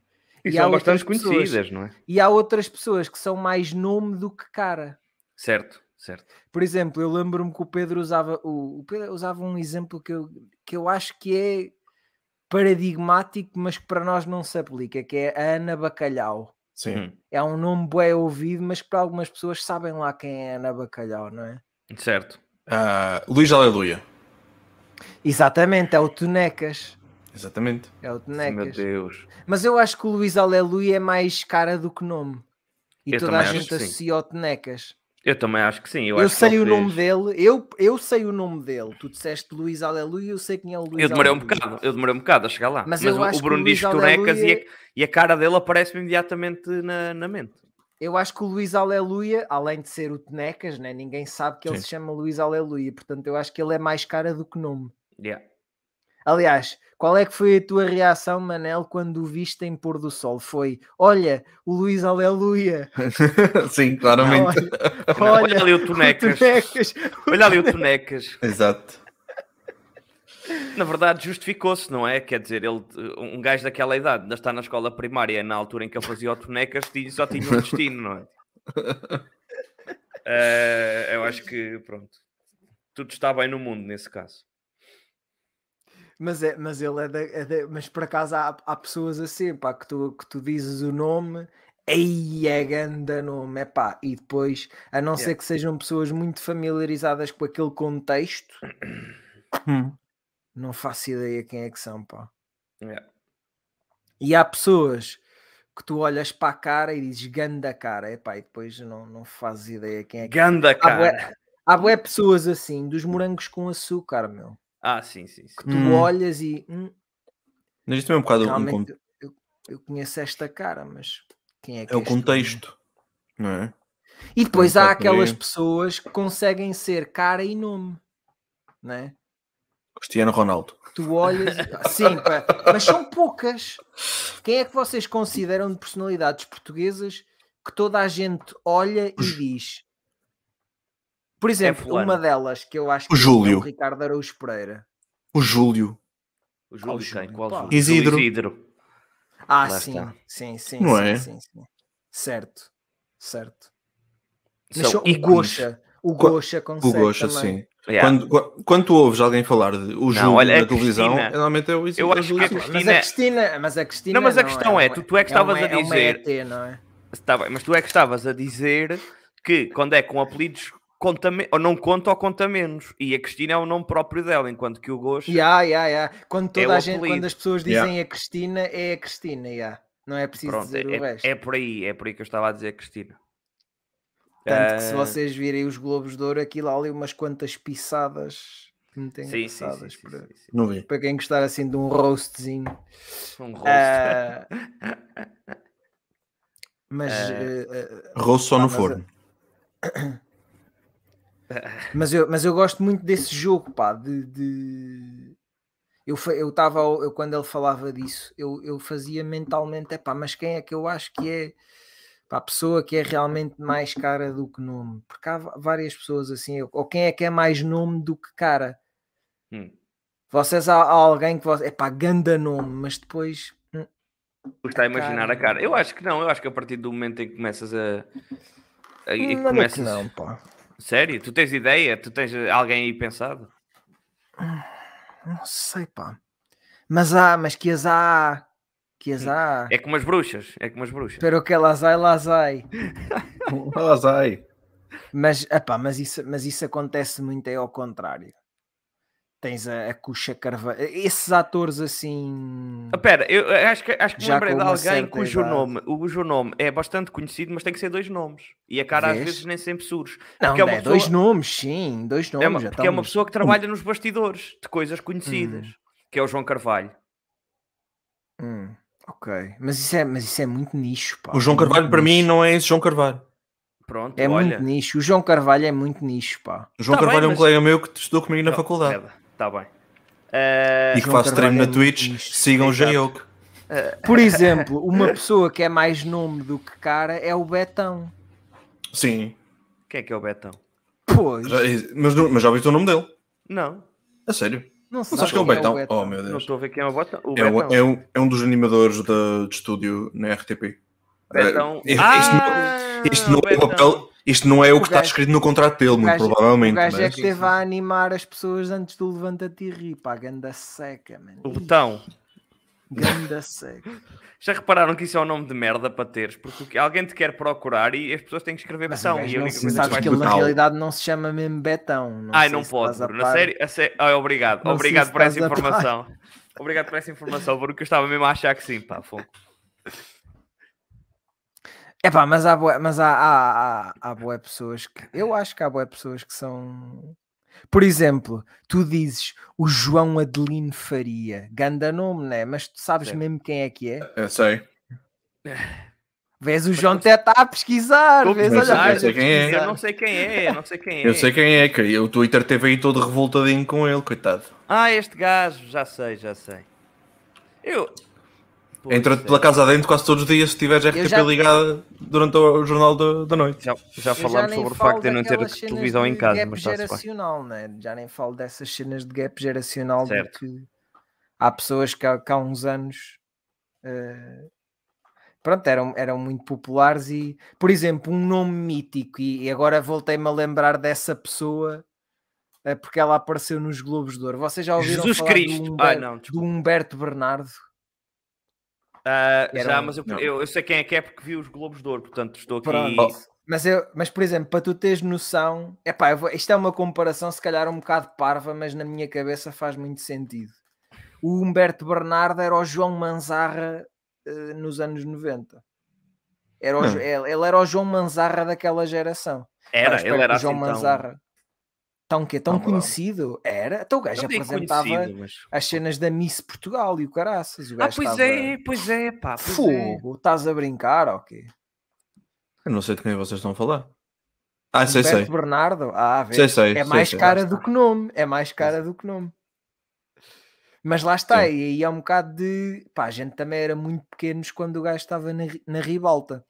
Speaker 3: E,
Speaker 2: há
Speaker 3: são bastante
Speaker 2: outras pessoas-
Speaker 3: conhecidas, não é?
Speaker 2: E há outras pessoas que são mais nome do que cara.
Speaker 3: Certo, certo.
Speaker 2: Por exemplo, eu lembro-me que o Pedro usava o, o Pedro usava um exemplo que eu, que eu acho que é paradigmático, mas que para nós não se aplica, que é a Ana Bacalhau.
Speaker 5: Sim.
Speaker 3: Hum.
Speaker 2: É um nome bem ouvido, mas que para algumas pessoas sabem lá quem é Ana Bacalhau, não é?
Speaker 3: Hum, Certo.
Speaker 5: Ah, Luís Aleluia.
Speaker 2: Exatamente, é o Tonecas.
Speaker 5: Exatamente.
Speaker 2: É o
Speaker 3: Meu
Speaker 2: Tonecas.
Speaker 3: Deus.
Speaker 2: Mas eu acho que o Luís Aleluia é mais cara do que nome. E
Speaker 3: Eu
Speaker 2: toda a
Speaker 3: também acho
Speaker 2: gente
Speaker 3: que sim.
Speaker 2: associa ao Tonecas.
Speaker 3: Eu também acho que sim. Eu,
Speaker 2: Eu,
Speaker 3: acho que
Speaker 2: sei o
Speaker 3: talvez-
Speaker 2: nome dele, eu, eu sei o nome dele. Tu disseste Luís Aleluia, eu sei quem é o Luís
Speaker 3: Eu demorei um
Speaker 2: Aleluia.
Speaker 3: bocado, eu demorei um bocado a chegar lá.
Speaker 2: Mas
Speaker 3: Mas,
Speaker 2: eu
Speaker 3: o-
Speaker 2: acho
Speaker 3: o
Speaker 2: que o
Speaker 3: Bruno diz
Speaker 2: Luís
Speaker 3: tonecas e,
Speaker 2: Aleluia-
Speaker 3: a, e a cara dele aparece-me imediatamente na, na mente.
Speaker 2: Eu acho que o Luís Aleluia, além de ser o Tenecas, né? ninguém sabe que ele
Speaker 5: Sim.
Speaker 2: se chama Luís Aleluia, portanto eu acho que ele é mais cara do que nome.
Speaker 3: Yeah.
Speaker 2: Aliás, qual é que foi a tua reação, Manel, quando o viste em pôr do sol? Foi, olha, o Luís Aleluia,
Speaker 5: sim, claramente.
Speaker 2: olha,
Speaker 3: Não, olha,
Speaker 2: olha,
Speaker 3: ali o
Speaker 2: o
Speaker 3: tonecas.
Speaker 2: Tonecas.
Speaker 3: Olha ali o tonecas.
Speaker 5: Exato.
Speaker 3: Na verdade, justificou-se, não é? Quer dizer, ele, um gajo daquela idade, ainda está na escola primária, na altura em que ele fazia o tonecas, tinha- só tinha um destino, não é? Eh, eu acho que, pronto, tudo está bem no mundo nesse caso.
Speaker 2: Mas, é, mas ele é, da, é da- mas por acaso há, há pessoas assim, pá, que tu, que tu dizes o nome, Ei, é ganda nome, epá. E depois, a não
Speaker 3: Yeah.
Speaker 2: ser que sejam pessoas muito familiarizadas com aquele contexto,
Speaker 1: Hum.
Speaker 2: não faço ideia quem é que são, pá.
Speaker 3: Yeah.
Speaker 2: E há pessoas que tu olhas para a cara e dizes ganda cara, epá, e depois não, não fazes ideia quem é que
Speaker 3: Ganda,
Speaker 2: Há bué-
Speaker 3: cara.
Speaker 2: Há bué pessoas assim, dos morangos com açúcar, meu.
Speaker 3: Ah, sim, sim. sim.
Speaker 2: Que tu
Speaker 1: Hum.
Speaker 2: olhas e. Hum,
Speaker 5: Mas isto também é um bocado um con-
Speaker 2: realmente, eu, eu conheço esta cara, mas quem é que
Speaker 5: é o
Speaker 2: és tu,
Speaker 5: contexto, não é?
Speaker 2: né? E depois há
Speaker 5: Não está por
Speaker 2: aquelas
Speaker 5: aí.
Speaker 2: pessoas que conseguem ser cara e nome, né?
Speaker 5: Cristiano Ronaldo.
Speaker 2: Tu olhas. e- Sim, pá, mas são poucas. Quem é que vocês consideram de personalidades portuguesas que toda a gente olha e diz? Por exemplo,
Speaker 3: fulano.
Speaker 2: uma delas que eu acho que
Speaker 5: É O Júlio.
Speaker 2: é o Ricardo Araújo Pereira.
Speaker 5: O Júlio.
Speaker 3: O
Speaker 2: Qual
Speaker 3: Júlio quem?
Speaker 2: Júlio?
Speaker 3: Qual
Speaker 2: Pá.
Speaker 3: Júlio?
Speaker 5: Isidro.
Speaker 3: Júlio Isidro.
Speaker 2: Ah,
Speaker 3: Lá
Speaker 2: sim,
Speaker 3: está.
Speaker 2: sim, sim,
Speaker 5: Não
Speaker 2: sim,
Speaker 5: é?
Speaker 2: sim, sim. Certo, certo. Mas
Speaker 3: São
Speaker 2: só o
Speaker 3: ícones.
Speaker 2: Gosha, o
Speaker 5: Qua-
Speaker 2: Gosha
Speaker 5: O
Speaker 2: consegue
Speaker 5: Gosha,
Speaker 2: também.
Speaker 5: sim.
Speaker 3: Yeah.
Speaker 5: Quando, qua- quando tu ouves alguém falar de o Júlio
Speaker 3: olha, é
Speaker 5: da televisão,
Speaker 3: Cristina.
Speaker 5: normalmente é o Isidro.
Speaker 3: Eu acho que é
Speaker 5: é o Júlio.
Speaker 2: Mas
Speaker 3: Cristina.
Speaker 2: a Cristina, mas a Cristina
Speaker 3: Não, mas a questão
Speaker 2: um-
Speaker 3: é, tu- tu é que estavas
Speaker 2: um-
Speaker 3: a
Speaker 2: é uma
Speaker 3: dizer-
Speaker 2: ET, não é?
Speaker 3: Tá bem, mas tu é que estavas a dizer que quando é com apelidos conta me- ou não conta ou conta menos. E a Cristina é o nome próprio dela, enquanto que o Gosto.
Speaker 2: Ya, ya, ya. Quando
Speaker 3: É
Speaker 2: toda
Speaker 3: o
Speaker 2: a gente, quando
Speaker 3: apelido.
Speaker 2: as pessoas
Speaker 5: Ya.
Speaker 2: dizem a Cristina, é a Cristina, ya. Não é preciso
Speaker 3: Pronto, é,
Speaker 2: dizer o resto.
Speaker 3: é por aí, é por aí que eu estava a dizer, Cristina.
Speaker 2: Tanto que se
Speaker 3: Ah,
Speaker 2: vocês virem os Globos de Ouro, aquilo há ali umas quantas pisadas muito
Speaker 3: Sim, sim, sim,
Speaker 2: engraçadas
Speaker 3: sim,
Speaker 2: para,
Speaker 3: sim, sim.
Speaker 5: Não vi.
Speaker 2: para quem gostar assim de um roastzinho.
Speaker 3: Um rosto.
Speaker 2: Ah, mas,
Speaker 3: Eh,
Speaker 2: eh, eh,
Speaker 5: Rosso só
Speaker 2: Pá,
Speaker 5: no
Speaker 2: mas
Speaker 5: forno.
Speaker 2: Mas eu, mas eu gosto muito desse jogo, pá, de... de- Eu estava, eu tava ao- eu, quando ele falava disso, eu, eu fazia mentalmente, é pá, mas quem é que eu acho que é pá, a pessoa que é realmente mais cara do que nome? Porque há va- várias pessoas assim, ou quem é que é mais nome do que cara?
Speaker 3: Hum.
Speaker 2: Vocês, há, há alguém que, você, é pá, ganda nome, mas depois... hum,
Speaker 3: Custa a imaginar a
Speaker 2: Cara.
Speaker 3: cara. Eu acho que não, eu acho que a partir do momento em que começas a. a- e
Speaker 2: "Hum, olha que
Speaker 3: começas...
Speaker 2: não, pá.
Speaker 3: Sério? Tu tens ideia? Tu tens alguém aí pensado?
Speaker 2: Não sei, pá. Mas há, mas que as há, que as há.
Speaker 3: É como as bruxas, é como as bruxas.
Speaker 2: Espero que elas ai, las ai. é-
Speaker 5: Elas aí.
Speaker 2: Mas, epá, mas, isso, mas isso acontece muito, é ao contrário. Tens a, a Cuxa Carvalho. Esses atores assim.
Speaker 3: Ah, Pera, eu eh, acho que, acho que me
Speaker 2: Já
Speaker 3: lembrei
Speaker 2: com
Speaker 3: de
Speaker 2: uma
Speaker 3: alguém
Speaker 2: certa
Speaker 3: cujo
Speaker 2: idade.
Speaker 3: nome, o cujo nome é bastante conhecido, mas tem que ser dois nomes. E a cara às
Speaker 2: Vês?
Speaker 3: vezes nem sempre surge.
Speaker 2: Não,
Speaker 3: porque é
Speaker 2: não é
Speaker 3: uma
Speaker 2: dois
Speaker 3: pessoa-
Speaker 2: nomes, sim, dois nomes.
Speaker 3: É uma,
Speaker 2: Então, já
Speaker 3: porque é uma
Speaker 2: estamos-
Speaker 3: pessoa que trabalha nos bastidores de coisas conhecidas, que é o João Carvalho.
Speaker 2: Hum, ok, mas isso, é, mas isso é muito nicho. pá,
Speaker 5: O João
Speaker 2: é muito
Speaker 5: Carvalho, para mim,
Speaker 2: nicho.
Speaker 5: não é esse João Carvalho.
Speaker 3: Pronto,
Speaker 2: É
Speaker 3: olha.
Speaker 2: muito nicho. O João Carvalho é muito nicho, pá.
Speaker 5: O João
Speaker 3: Tá bem,
Speaker 5: Carvalho é um
Speaker 3: mas-
Speaker 5: colega meu que estudou comigo na faculdade.
Speaker 3: Está tá bem. Eh,
Speaker 5: E que
Speaker 2: João
Speaker 5: faz
Speaker 2: Carvalho
Speaker 5: treino
Speaker 2: é
Speaker 5: na
Speaker 2: muito
Speaker 5: Twitch.
Speaker 2: nicho.
Speaker 5: Sigam o
Speaker 3: Exato.
Speaker 5: J-Oak.
Speaker 2: Por exemplo, uma pessoa que é mais nome do que cara é o Betão.
Speaker 5: Sim.
Speaker 3: Quem é que é o Betão?
Speaker 2: Pois,
Speaker 5: Já- Mas, não- mas já ouviste o nome dele?
Speaker 3: Não,
Speaker 5: A sério?
Speaker 2: não
Speaker 5: Mas
Speaker 2: sabes
Speaker 5: acho que é o
Speaker 2: quem
Speaker 5: Betão. Oh, meu
Speaker 3: não
Speaker 5: Deus.
Speaker 3: estou a ver quem é o Betão. O
Speaker 5: É um,
Speaker 3: Betão.
Speaker 5: é, um, é um dos animadores da- de, estúdio na RTP.
Speaker 3: Betão.
Speaker 5: Eh, isto
Speaker 3: Ah,
Speaker 5: não- Isto não, é o
Speaker 3: Betão.
Speaker 5: papel, isto não é o que
Speaker 2: O
Speaker 5: está
Speaker 2: gajo-
Speaker 5: escrito no contrato dele,
Speaker 2: o
Speaker 5: muito
Speaker 2: gajo-
Speaker 5: provavelmente. né?
Speaker 2: O gajo é
Speaker 5: mas-
Speaker 2: que esteve a animar as pessoas antes do Levanta-te e ri, pá, ganda seca, mano.
Speaker 3: O
Speaker 2: Ih,
Speaker 3: Betão.
Speaker 2: Ganda seca.
Speaker 3: Já repararam que isso é um nome de merda para teres? Porque o que- alguém te quer procurar e as pessoas têm que escrever
Speaker 2: Mas
Speaker 3: Betão.
Speaker 2: o gajo
Speaker 3: E a
Speaker 2: não
Speaker 3: única
Speaker 2: se-
Speaker 3: coisa que
Speaker 2: sabes
Speaker 3: vais
Speaker 2: que ele na
Speaker 5: Betão.
Speaker 2: realidade não se chama mesmo Betão. Não
Speaker 3: Ai,
Speaker 2: sei
Speaker 3: não
Speaker 2: se
Speaker 3: posso,
Speaker 2: estás a
Speaker 3: Bruno. A
Speaker 2: par.
Speaker 3: sério? A sé- Ai, obrigado.
Speaker 2: Não sei
Speaker 3: obrigado
Speaker 2: se
Speaker 3: por essa
Speaker 2: estás a par.
Speaker 3: informação. Obrigado por essa informação, porque eu estava mesmo a achar que sim, pá. Fogo.
Speaker 2: É pá, mas há boé, mas há, há, há, há bué pessoas que. Eu acho que há boé pessoas que são. Por exemplo, tu dizes o João Adelino Faria, ganda nome, né? Mas tu sabes
Speaker 3: Certo.
Speaker 2: mesmo quem é que é?
Speaker 5: Eu sei.
Speaker 2: Vês o João até está a pesquisar,
Speaker 3: Estou a
Speaker 2: vês,
Speaker 5: mas
Speaker 2: olha,
Speaker 5: eu
Speaker 3: pesquisar,
Speaker 5: sei quem é.
Speaker 3: Eu não sei quem é, eu não sei quem é.
Speaker 5: Eu sei quem é, que o Twitter teve aí todo revoltadinho com ele, coitado.
Speaker 3: Ah, este gajo, já sei, já sei. Eu. é. Pô,
Speaker 5: Entra-te
Speaker 3: sei.
Speaker 5: pela casa adentro quase todos os dias se tiveres RTP
Speaker 2: já-
Speaker 5: ligada durante o, o jornal da, da noite.
Speaker 3: Já, já
Speaker 2: Eu já
Speaker 3: falámos
Speaker 2: nem
Speaker 3: sobre o
Speaker 2: falo
Speaker 3: facto de eu não ter
Speaker 2: daquelas cenas
Speaker 3: televisão em
Speaker 2: de
Speaker 3: casa,
Speaker 2: gap
Speaker 3: mas está-se bem.
Speaker 2: geracional, né? Já nem falo dessas cenas de gap geracional de
Speaker 3: Certo.
Speaker 2: que há pessoas que há, que há uns anos eh, pronto, eram, eram muito populares e, por exemplo, um nome mítico, e, e agora voltei-me a lembrar dessa pessoa eh, porque ela apareceu nos Globos de Ouro. Vocês já ouviram
Speaker 3: Jesus
Speaker 2: falar
Speaker 3: Cristo!
Speaker 2: do
Speaker 3: Ah,
Speaker 2: Humberto,
Speaker 3: não,
Speaker 2: do Humberto Bernardo?
Speaker 3: Ah,
Speaker 2: Era
Speaker 3: já,
Speaker 2: um-
Speaker 3: mas eu,
Speaker 5: não.
Speaker 3: eu- eu sei quem é que é porque vi os Globos de Ouro, portanto estou aqui.
Speaker 2: Pronto. Mas, eu, mas, por exemplo, para tu teres noção, epá, eu vou, isto é uma comparação se calhar um bocado parva, mas na minha cabeça faz muito sentido. O Humberto Bernardo era o João Manzarra eh, nos anos 90. Era o
Speaker 5: Hum.
Speaker 2: Jo- ele, ele era o João Manzarra daquela geração. Pá,
Speaker 3: Era,
Speaker 2: espero
Speaker 3: ele
Speaker 2: que
Speaker 3: era
Speaker 2: o João
Speaker 3: assim tão-
Speaker 2: Manzarra. Tão, quê? tão
Speaker 5: Não, não.
Speaker 2: conhecido? Era? Então o
Speaker 3: não
Speaker 2: gajo
Speaker 3: digo
Speaker 2: apresentava
Speaker 3: conhecido, mas-
Speaker 2: as cenas da Miss Portugal e o caraças. O
Speaker 3: Ah,
Speaker 2: gajo
Speaker 3: pois
Speaker 2: estava-
Speaker 3: é, pois é, pá. pois é.
Speaker 2: Fogo, estás a brincar ou quê?
Speaker 5: Eu não sei de quem vocês estão a falar. Ah, sei,
Speaker 2: Humberto
Speaker 5: sei.
Speaker 2: Bernardo? Ah, a ver.
Speaker 5: Sei, sei.
Speaker 2: é
Speaker 5: sei,
Speaker 2: mais
Speaker 5: sei.
Speaker 2: cara do que nome, é mais cara do que nome. Mas lá está, e aí é um bocado de. Pá, a gente também era muito pequenos quando o gajo estava na, ri- na ribalta.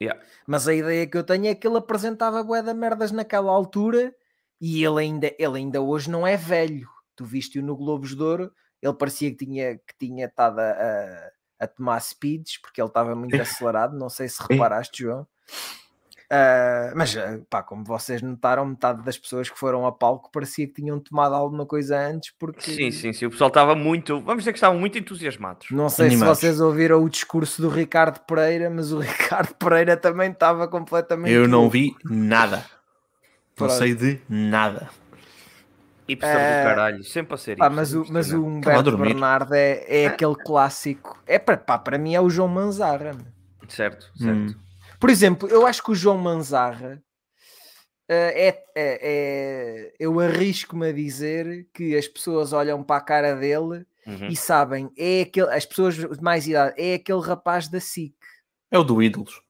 Speaker 3: Yeah.
Speaker 2: Mas a ideia que eu tenho é que ele apresentava bué da merdas naquela altura e ele ainda, ele ainda hoje não é velho. Tu viste-o no Globos de Ouro, ele parecia que tinha, que tinha estado a, a- a tomar speeds, porque ele estava muito
Speaker 5: Sim.
Speaker 2: acelerado, não sei se reparaste, João. Ah, mas, ah, pá, como vocês notaram, metade das pessoas que foram a palco parecia que tinham tomado alguma coisa antes, porque
Speaker 3: Sim, sim, sim. O pessoal estava muito, vamos dizer que estavam muito entusiasmados.
Speaker 2: não sei
Speaker 5: Animados.
Speaker 2: se vocês ouviram o discurso do Ricardo Pereira, mas o Ricardo Pereira também estava completamente.
Speaker 5: Eu não
Speaker 2: louco.
Speaker 5: vi nada. Não
Speaker 2: Pronto.
Speaker 5: sei de nada.
Speaker 3: Hipster
Speaker 2: Eh,
Speaker 3: do caralho, sempre a ser
Speaker 2: Pá,
Speaker 3: hipster,
Speaker 2: mas o,
Speaker 3: hipster
Speaker 2: mas o
Speaker 3: não.
Speaker 2: Humberto
Speaker 5: dormir. Ah.
Speaker 2: Bernardo é, é aquele clássico. É para, pá, para mim é o João Manzarra. meu.
Speaker 3: Certo, certo.
Speaker 5: Hum.
Speaker 2: Por exemplo, eu acho que o João Manzarra ah, é, é- é- Eu arrisco-me a dizer que as pessoas olham para a cara dele
Speaker 5: Hum.
Speaker 3: Uhum.
Speaker 2: e sabem, é aquele, as pessoas de mais idade, é aquele rapaz da SIC,
Speaker 5: É o do Ídolos.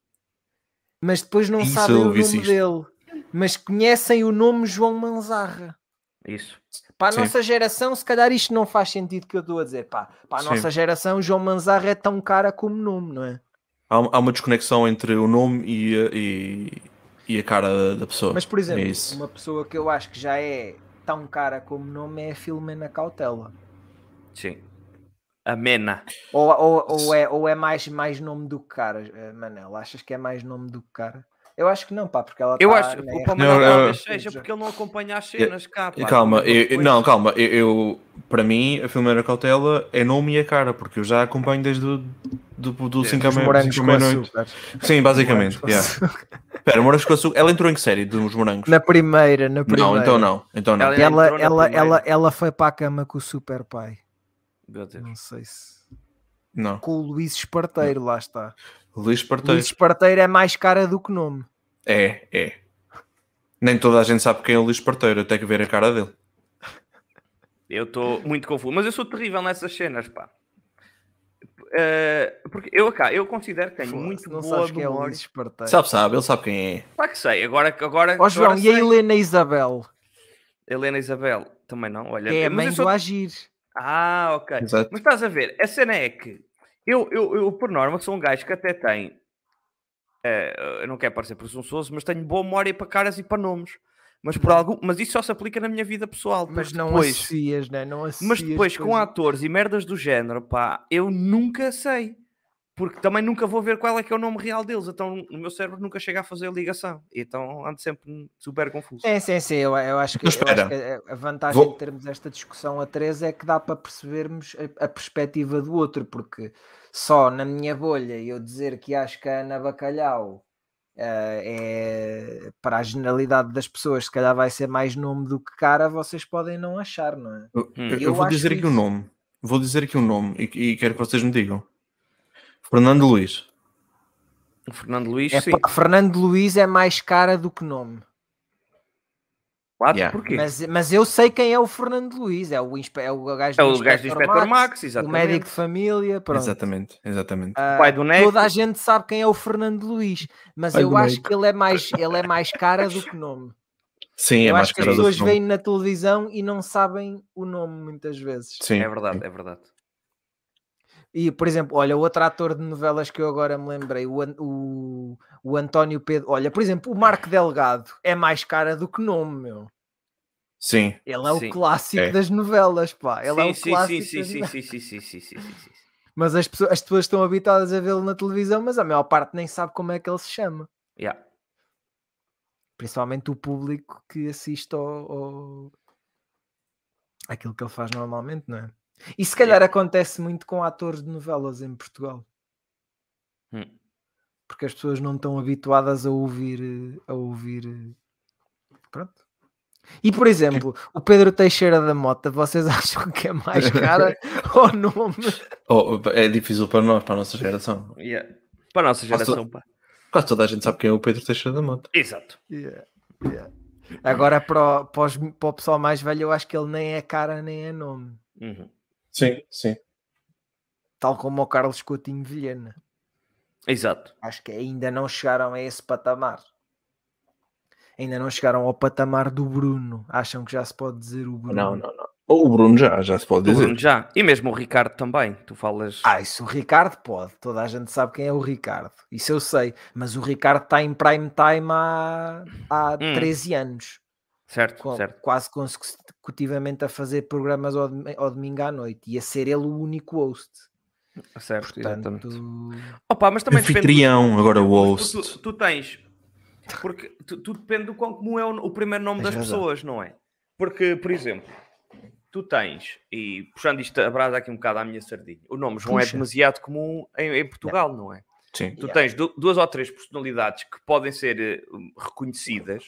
Speaker 2: mas depois não
Speaker 5: Isso,
Speaker 2: sabem
Speaker 5: eu
Speaker 2: o nome
Speaker 5: ouvi isto.
Speaker 2: dele, mas conhecem o nome João Manzarra.
Speaker 3: Isso.
Speaker 2: Para a
Speaker 5: Sim.
Speaker 2: nossa geração, se calhar isto não faz sentido que eu estou a dizer. Pá, para a
Speaker 5: Sim.
Speaker 2: nossa geração, João Manzarra é tão cara como nome, não é?
Speaker 5: Há, há uma desconexão entre o nome e, a- e, e a cara da pessoa.
Speaker 2: Mas, por exemplo,
Speaker 5: É isso.
Speaker 2: uma pessoa que eu acho que já é tão cara como nome é a Filomena Cautela.
Speaker 3: Sim. Amena.
Speaker 2: Ou, ou, ou é, ou é mais, mais nome do que cara, eh, Manel? Achas que é mais nome do que cara? Eu acho que não, pá, porque ela
Speaker 3: Eu
Speaker 2: tá
Speaker 3: acho
Speaker 2: na
Speaker 3: o
Speaker 2: RTP.
Speaker 3: Palmeiras
Speaker 5: Não,
Speaker 3: talvez
Speaker 5: eu-
Speaker 3: seja porque ele não acompanha as cenas cá. pá,
Speaker 5: calma,
Speaker 3: também
Speaker 5: eu-
Speaker 3: depois-
Speaker 5: não, calma. Eu, eu- para mim, a Filmeira Cautela é nome e a cara, porque eu já acompanho desde o do, do
Speaker 3: Sim,
Speaker 5: 5 à
Speaker 2: Os morangos com
Speaker 5: meia-noite.
Speaker 2: açúcar.
Speaker 5: Sim, basicamente.
Speaker 2: Morangos com
Speaker 5: yeah.
Speaker 2: açúcar.
Speaker 5: Espera, Morangos com Açúcar. Ela entrou em que série dos Morangos?
Speaker 2: Na primeira, na primeira.
Speaker 5: Não, então não. Então não.
Speaker 3: Ela-
Speaker 2: Ela, é-
Speaker 3: entrou na
Speaker 2: ela,
Speaker 3: primeira.
Speaker 2: ela, ela foi para a cama com o super pai.
Speaker 3: Meu Deus.
Speaker 2: Não sei se.
Speaker 5: não.
Speaker 2: Com o Luís Esparteiro, lá está.
Speaker 5: Luís Parteiro.
Speaker 2: Luís Esparteiro é mais cara do que nome.
Speaker 5: É, é. Nem toda a gente sabe quem é o Luís Parteiro, até que ver a cara dele.
Speaker 3: Eu estou muito confuso. Mas eu sou terrível nessas cenas, pá. Eh, porque eu, cá, eu considero que tenho
Speaker 2: Foda-se,
Speaker 3: muito
Speaker 2: não
Speaker 3: boa
Speaker 2: sabes quem é o
Speaker 3: memória.
Speaker 2: Luís Esparteiro.
Speaker 5: Sabe, sabe, ele sabe quem é.
Speaker 3: Pá, que sei. Agora, agora,
Speaker 2: Ó João,
Speaker 3: agora
Speaker 2: e a
Speaker 3: sei.
Speaker 2: Helena Isabel?
Speaker 3: Helena Isabel? Também não, olha.
Speaker 2: Que é a
Speaker 3: mas
Speaker 2: mãe
Speaker 3: eu sou-
Speaker 2: do Agir.
Speaker 3: Ah, ok.
Speaker 5: Exato.
Speaker 3: Mas estás a ver, a cena é que eu, eu, eu, por norma, sou um gajo que até tem. eh, eu não quero parecer presunçoso, mas tenho boa memória para caras e para nomes. Mas, por algum, mas isso só se aplica na minha vida pessoal.
Speaker 2: Mas
Speaker 3: porque
Speaker 2: não
Speaker 3: depois,
Speaker 2: associas, né? não associas.
Speaker 3: mas depois com
Speaker 2: coisas.
Speaker 3: atores e merdas do género, pá, eu nunca sei. Porque também nunca vou ver qual é que é o nome real deles. Então o meu cérebro nunca chega a fazer a ligação. Então ando sempre super confuso.
Speaker 2: Sim, sim, sim. Eu, eu acho que,
Speaker 5: Mas
Speaker 2: eu acho
Speaker 5: espera.
Speaker 2: que a- a vantagem
Speaker 5: Vou-
Speaker 2: de termos esta discussão a três é que dá para percebermos a, a perspectiva do outro, porque só na minha bolha eu dizer que acho que a Ana Bacalhau eh, é para a generalidade das pessoas, se calhar vai ser mais nome do que cara, vocês podem não achar, não é?
Speaker 5: Eu,
Speaker 3: Hum.
Speaker 5: eu
Speaker 2: Eu
Speaker 5: vou
Speaker 2: acho
Speaker 5: dizer aqui o
Speaker 2: isso.
Speaker 5: nome. Vou dizer aqui o nome e, e quero que vocês me digam. Fernando Luís.
Speaker 3: O Fernando Luís,
Speaker 2: É
Speaker 3: sim.
Speaker 2: pá, Fernando Luís é mais cara do que nome.
Speaker 3: Claro,
Speaker 5: Yeah.
Speaker 3: porquê?
Speaker 2: Mas, mas eu sei quem é o Fernando Luiz, é o, inspe- é o gajo
Speaker 3: é
Speaker 2: do
Speaker 3: o gajo do
Speaker 2: Inspector
Speaker 3: Inspector Max,
Speaker 2: o
Speaker 3: exatamente.
Speaker 2: médico de família, pronto.
Speaker 5: Exatamente, exatamente.
Speaker 2: Ah,
Speaker 3: pai do Neco.
Speaker 2: Toda a gente sabe quem é o Fernando Luiz, mas
Speaker 5: Pai
Speaker 2: eu
Speaker 5: do
Speaker 2: acho
Speaker 5: Neco.
Speaker 2: que ele é, mais, ele é mais cara do que nome.
Speaker 5: Sim, é
Speaker 2: eu
Speaker 5: mais
Speaker 2: acho que as
Speaker 5: cara do
Speaker 2: pessoas
Speaker 5: que nome.
Speaker 2: veem na televisão e não sabem o nome muitas vezes.
Speaker 5: Sim.
Speaker 3: É verdade, é verdade.
Speaker 2: E, por exemplo, olha, outro ator de novelas que eu agora me lembrei, o, An- o, o António Pedro. Olha, por exemplo, o Marco Delgado é mais cara do que nome, meu.
Speaker 5: Sim.
Speaker 2: Ele é
Speaker 3: Sim.
Speaker 2: o clássico
Speaker 5: É.
Speaker 2: das novelas, pá. Ele é o
Speaker 3: sim,
Speaker 2: clássico
Speaker 3: sim, sim,
Speaker 2: das
Speaker 3: sim,
Speaker 2: novelas.
Speaker 3: sim, sim, sim, sim, sim, sim, sim.
Speaker 2: Mas as pessoas, as pessoas estão habituadas a vê-lo na televisão, mas a maior parte nem sabe como é que ele se chama.
Speaker 3: Yeah.
Speaker 2: Principalmente o público que assiste ao, ao- aquilo que ele faz normalmente, não é? E se calhar acontece muito com atores de novelas em Portugal.
Speaker 3: Hum.
Speaker 2: Porque as pessoas não estão habituadas a ouvir, eh, a ouvir. eh, Pronto. E por exemplo, o Pedro Teixeira da Mota, vocês acham que é mais cara ou nome?
Speaker 5: Oh, é difícil para nós, para a nossa geração.
Speaker 3: Yeah. Para a nossa geração, pá.
Speaker 5: Quase toda a gente sabe quem é o Pedro Teixeira da Mota.
Speaker 3: Exato.
Speaker 2: Yeah, yeah. Agora para o, para os- para o pessoal mais velho, eu acho que ele nem é cara nem é nome.
Speaker 3: Uhum.
Speaker 5: Sim, sim.
Speaker 2: Tal como o Carlos Coutinho de Vilhena.
Speaker 3: Exato.
Speaker 2: Acho que ainda não chegaram a esse patamar. Ainda não chegaram ao patamar do Bruno. Acham que já se pode dizer o Bruno?
Speaker 5: Não, não, não. Ou o Bruno já, já se pode
Speaker 3: O
Speaker 5: dizer.
Speaker 3: Bruno já. E mesmo o Ricardo também. Tu falas.
Speaker 2: Ah, isso o Ricardo pode. Toda a gente sabe quem é o Ricardo. Isso eu sei. Mas o Ricardo está em prime time há, há
Speaker 3: Hum.
Speaker 2: 13 anos.
Speaker 3: certo,
Speaker 2: com-
Speaker 3: certo.
Speaker 2: Quase consecutivamente a fazer programas ao, dom- ao domingo à noite. E a ser ele o único host.
Speaker 3: Certo,
Speaker 2: Portanto,
Speaker 3: exatamente. Opa, mas também depende-
Speaker 5: Anfitrião, agora o
Speaker 3: Mas
Speaker 5: host.
Speaker 3: Tu, tu- tu tens. Porque tu, tu depende do quão comum é o, o primeiro nome
Speaker 2: Tens
Speaker 3: das
Speaker 2: razão.
Speaker 3: pessoas, não é? Porque, por exemplo, tu tens, e puxando isto a brasa aqui um bocado à minha sardinha, o nome João é
Speaker 2: Puxa.
Speaker 3: demasiado comum em, em Portugal, não é?
Speaker 5: Sim.
Speaker 3: Tu tens du- duas ou três personalidades que podem ser eh, reconhecidas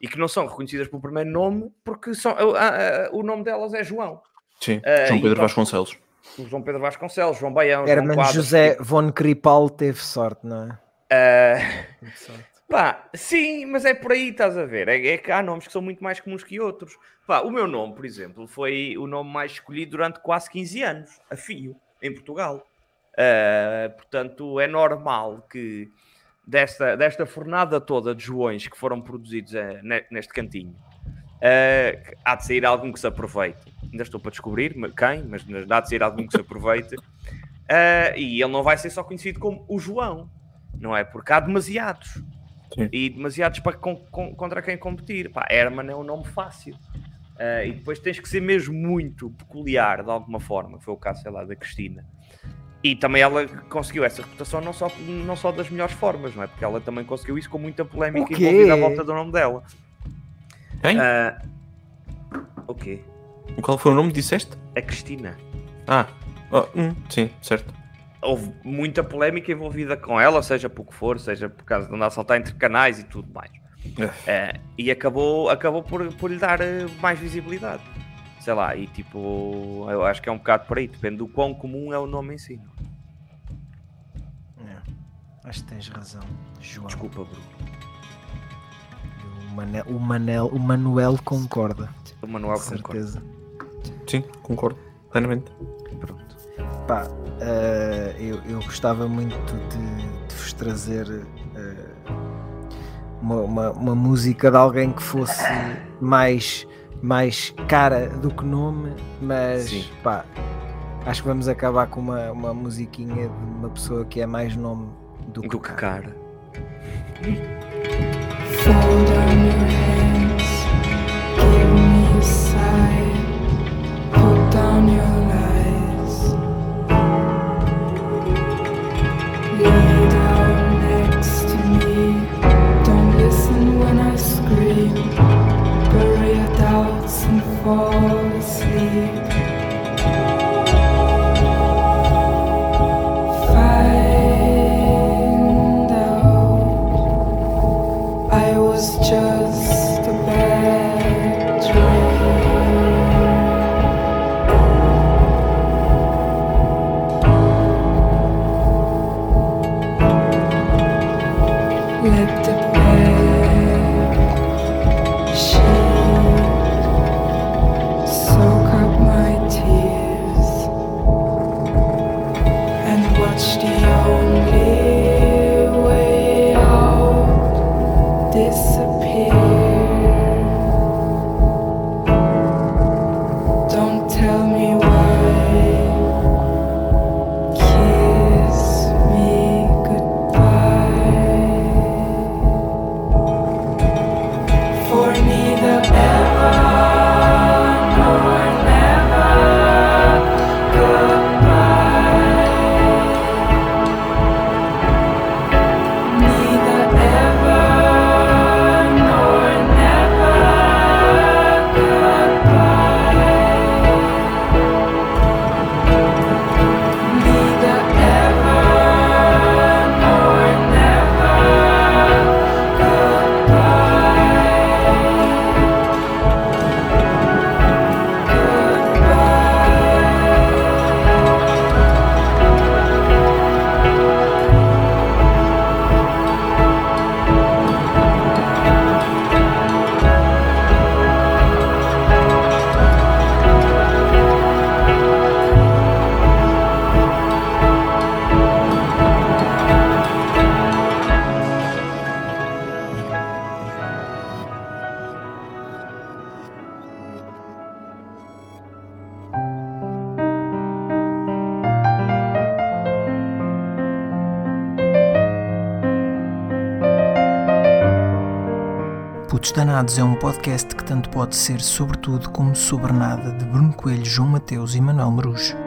Speaker 3: e que não são reconhecidas pelo primeiro nome porque são, ah, ah, ah, o nome delas é João.
Speaker 5: Sim.
Speaker 3: Ah,
Speaker 5: São Pedro
Speaker 3: então-
Speaker 5: Vasconcelos.
Speaker 3: O João Pedro Vasconcelos, João Baião, João
Speaker 2: Herman
Speaker 3: Quadros,
Speaker 2: José von Kripal teve sorte, não é?
Speaker 3: ah,
Speaker 2: Teve sorte.
Speaker 3: Pá, sim, mas é por aí, estás a ver. É, é que há nomes que são muito mais comuns que outros. Pá, o meu nome, por exemplo, foi o nome mais escolhido durante quase 15 anos, a fio, em Portugal. Ah, portanto, é normal que desta, desta fornada toda de Joões que foram produzidos eh, ne- neste cantinho, ah, que há de sair algum que se aproveite. Ainda estou para descobrir ma- quem, mas há de sair algum que se aproveite. Ah, e ele não vai ser só conhecido como o João, não é? Porque há demasiados e demasiados para con- con- contra quem competir. Pá, Herman é um nome fácil. Ah, e depois tens que ser mesmo muito peculiar de alguma forma. Foi o caso, sei lá, da Cristina. E também ela conseguiu essa reputação não só, não só das melhores formas, não é? Porque ela também conseguiu isso com muita
Speaker 2: O
Speaker 3: polémica
Speaker 2: quê?
Speaker 3: envolvida à volta do nome dela.
Speaker 5: Quem?
Speaker 3: Ah, o quê?
Speaker 5: Qual foi o nome que disseste?
Speaker 3: A Cristina.
Speaker 5: Ah, ah, hum, sim, certo.
Speaker 3: houve muita polémica envolvida com ela, seja por que for, seja por causa de andar a saltar entre canais e tudo mais.
Speaker 2: É.
Speaker 3: Eh, e acabou, acabou por, por lhe dar eh, mais visibilidade. Sei lá, e tipo, eu acho que é um bocado por aí, depende do quão comum é o nome em si.
Speaker 2: É. Acho que tens razão, João.
Speaker 3: Desculpa, Bruno.
Speaker 2: O, Manel, o, Manel, o Manuel concorda,
Speaker 3: O Manuel
Speaker 2: com
Speaker 3: concorda.
Speaker 2: certeza.
Speaker 5: Sim, concordo. Plenamente.
Speaker 2: Pronto. Pá, eh, eu, eu gostava muito de, de vos trazer eh, uma, uma- uma música de alguém que fosse mais, mais cara do que nome, mas
Speaker 5: Sim.
Speaker 2: pá, acho que vamos acabar com uma, uma musiquinha de uma pessoa que é mais nome do que
Speaker 3: Do que
Speaker 2: cara.
Speaker 3: cara.
Speaker 6: Fold down your hands, give me a sigh, put down your lies. Lay down next to me, don't listen when I scream. Bury your doubts and fall asleep. Find out. I was just a bad dream. Let the bed shake, soak up my
Speaker 2: Putos Danados é um podcast que tanto pode ser sobretudo como sobre nada de Bruno Coelho, João Mateus e Manuel Marujo.